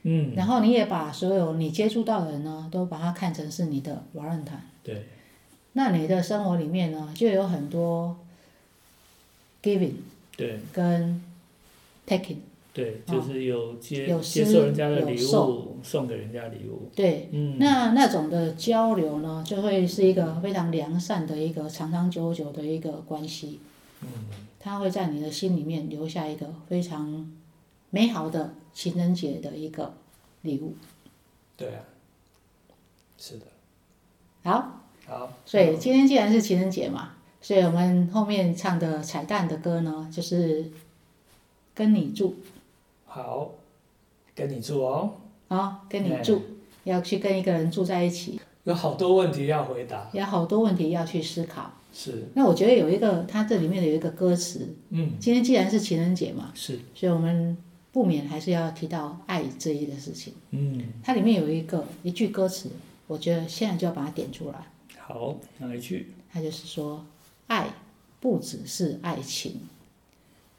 [SPEAKER 2] 嗯，
[SPEAKER 1] 然后你也把所有你接触到的人呢，都把它看成是你的 Valentine。
[SPEAKER 2] 对，
[SPEAKER 1] 那你的生活里面呢，就有很多 giving
[SPEAKER 2] 对
[SPEAKER 1] 跟 taking，
[SPEAKER 2] 对，
[SPEAKER 1] 哦
[SPEAKER 2] 就是有接、
[SPEAKER 1] 有
[SPEAKER 2] 接
[SPEAKER 1] 施
[SPEAKER 2] 受人家的
[SPEAKER 1] 有
[SPEAKER 2] 礼物，
[SPEAKER 1] 受
[SPEAKER 2] 送给人家礼物，
[SPEAKER 1] 对，
[SPEAKER 2] 嗯，
[SPEAKER 1] 那那种的交流呢，就会是一个非常良善的一个长长久久的一个关系。嗯，它会在你的心里面留下一个非常美好的情人节的一个礼物。
[SPEAKER 4] 对啊，是的，
[SPEAKER 1] 好，
[SPEAKER 4] 好，
[SPEAKER 1] 所以今天既然是情人节嘛，所以我们后面唱的彩蛋的歌呢，就是《跟你住
[SPEAKER 4] 好，跟你住哦，》
[SPEAKER 1] 啊、跟你住，要去跟一个人住在一起，
[SPEAKER 4] 有好多问题要回答，
[SPEAKER 1] 有好多问题要去思考。
[SPEAKER 4] 是，
[SPEAKER 1] 那我觉得有一个，它这里面的有一个歌词，
[SPEAKER 4] 嗯，
[SPEAKER 1] 今天既然是情人节嘛，
[SPEAKER 2] 是
[SPEAKER 1] 所以我们不免还是要提到爱这一个事情。
[SPEAKER 5] 嗯，
[SPEAKER 1] 它里面有一个一句歌词，我觉得现在就要把它点出来。
[SPEAKER 5] 嗯好，哪一句？
[SPEAKER 1] 它就是说，爱不只是爱情，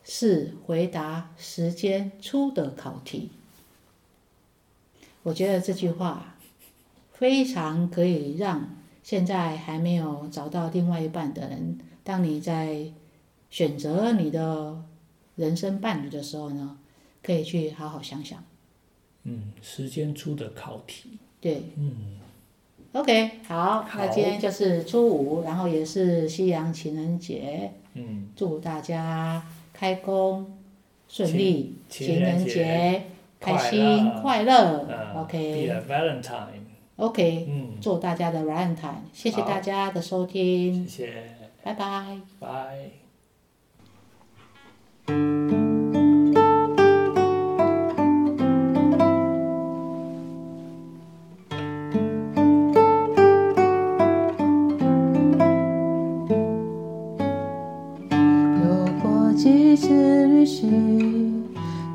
[SPEAKER 1] 是回答时间出的考题。我觉得这句话非常可以让现在还没有找到另外一半的人，当你在选择你的人生伴侣的时候呢，可以去好好想想。
[SPEAKER 5] 嗯，时间出的考题。
[SPEAKER 1] 对
[SPEAKER 5] 嗯，
[SPEAKER 1] ，OK，好，
[SPEAKER 5] 好
[SPEAKER 1] 那今天就是初五，然后也是西洋情人节，
[SPEAKER 5] 嗯，
[SPEAKER 1] 祝大家开工顺利，
[SPEAKER 5] 情
[SPEAKER 1] 情人
[SPEAKER 5] 人
[SPEAKER 1] 节开
[SPEAKER 5] 快
[SPEAKER 1] 心
[SPEAKER 5] 乐
[SPEAKER 1] 快乐嗯
[SPEAKER 5] 啊 Be
[SPEAKER 1] ，OK
[SPEAKER 5] a Valentine。
[SPEAKER 1] OK，
[SPEAKER 5] 嗯，
[SPEAKER 1] 祝大家的 Valentine，谢谢
[SPEAKER 5] 好
[SPEAKER 1] 大家的收听，
[SPEAKER 5] 谢谢，
[SPEAKER 1] 拜拜。
[SPEAKER 5] 拜。
[SPEAKER 1] 有过几次旅行，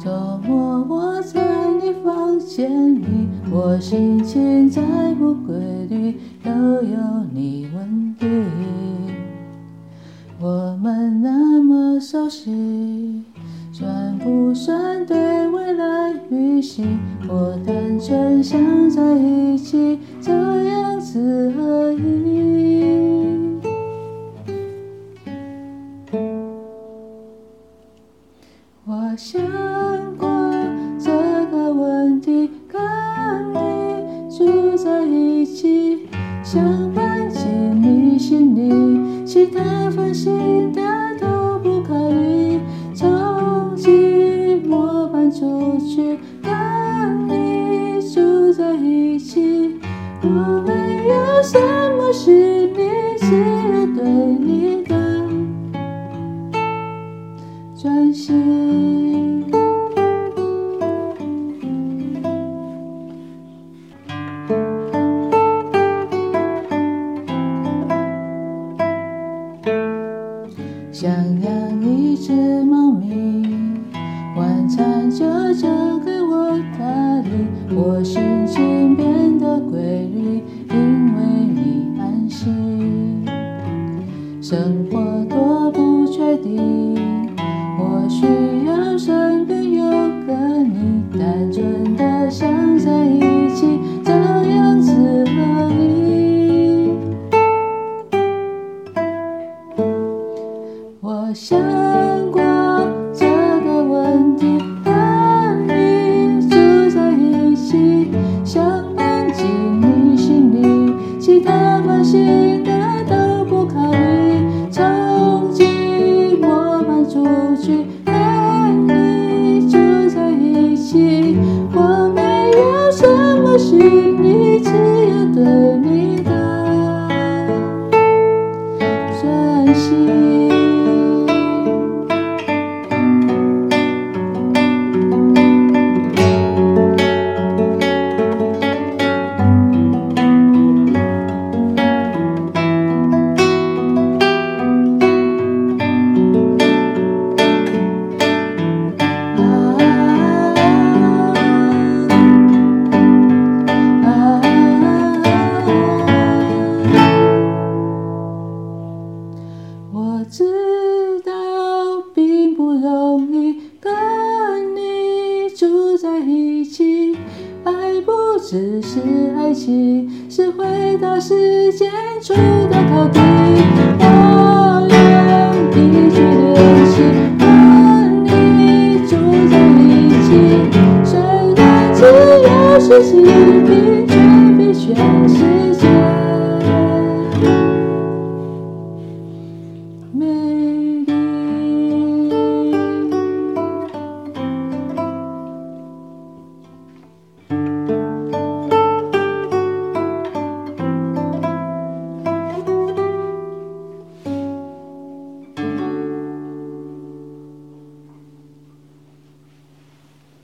[SPEAKER 1] 周末窝在你房间里，我心情再不规律，都有你稳定。我们那么熟悉，算不算对未来预习？我单纯想在一起，这样子而已。我想过这个问题，跟你住在一起，相伴进你心里，其他烦心的都不考虑，从寂寞搬出去，跟你住在一起。我没有什么是你，只有对你的专心。想养一只猫咪，晚餐就交给我打理，我心情变得规律，因为你安心。生活多不确定，我需要身边有个你，单纯的想在一起，这样子而已。我想过这个问题，和你住在一起，相伴进你心里，其他烦心的都不考虑，从寂寞搬出去，和你住在一起。我没有什么是你，只有对你的。珍惜。啊啊我知道并不容易跟你住在一起，爱不只是爱情，是回答时间出的考题。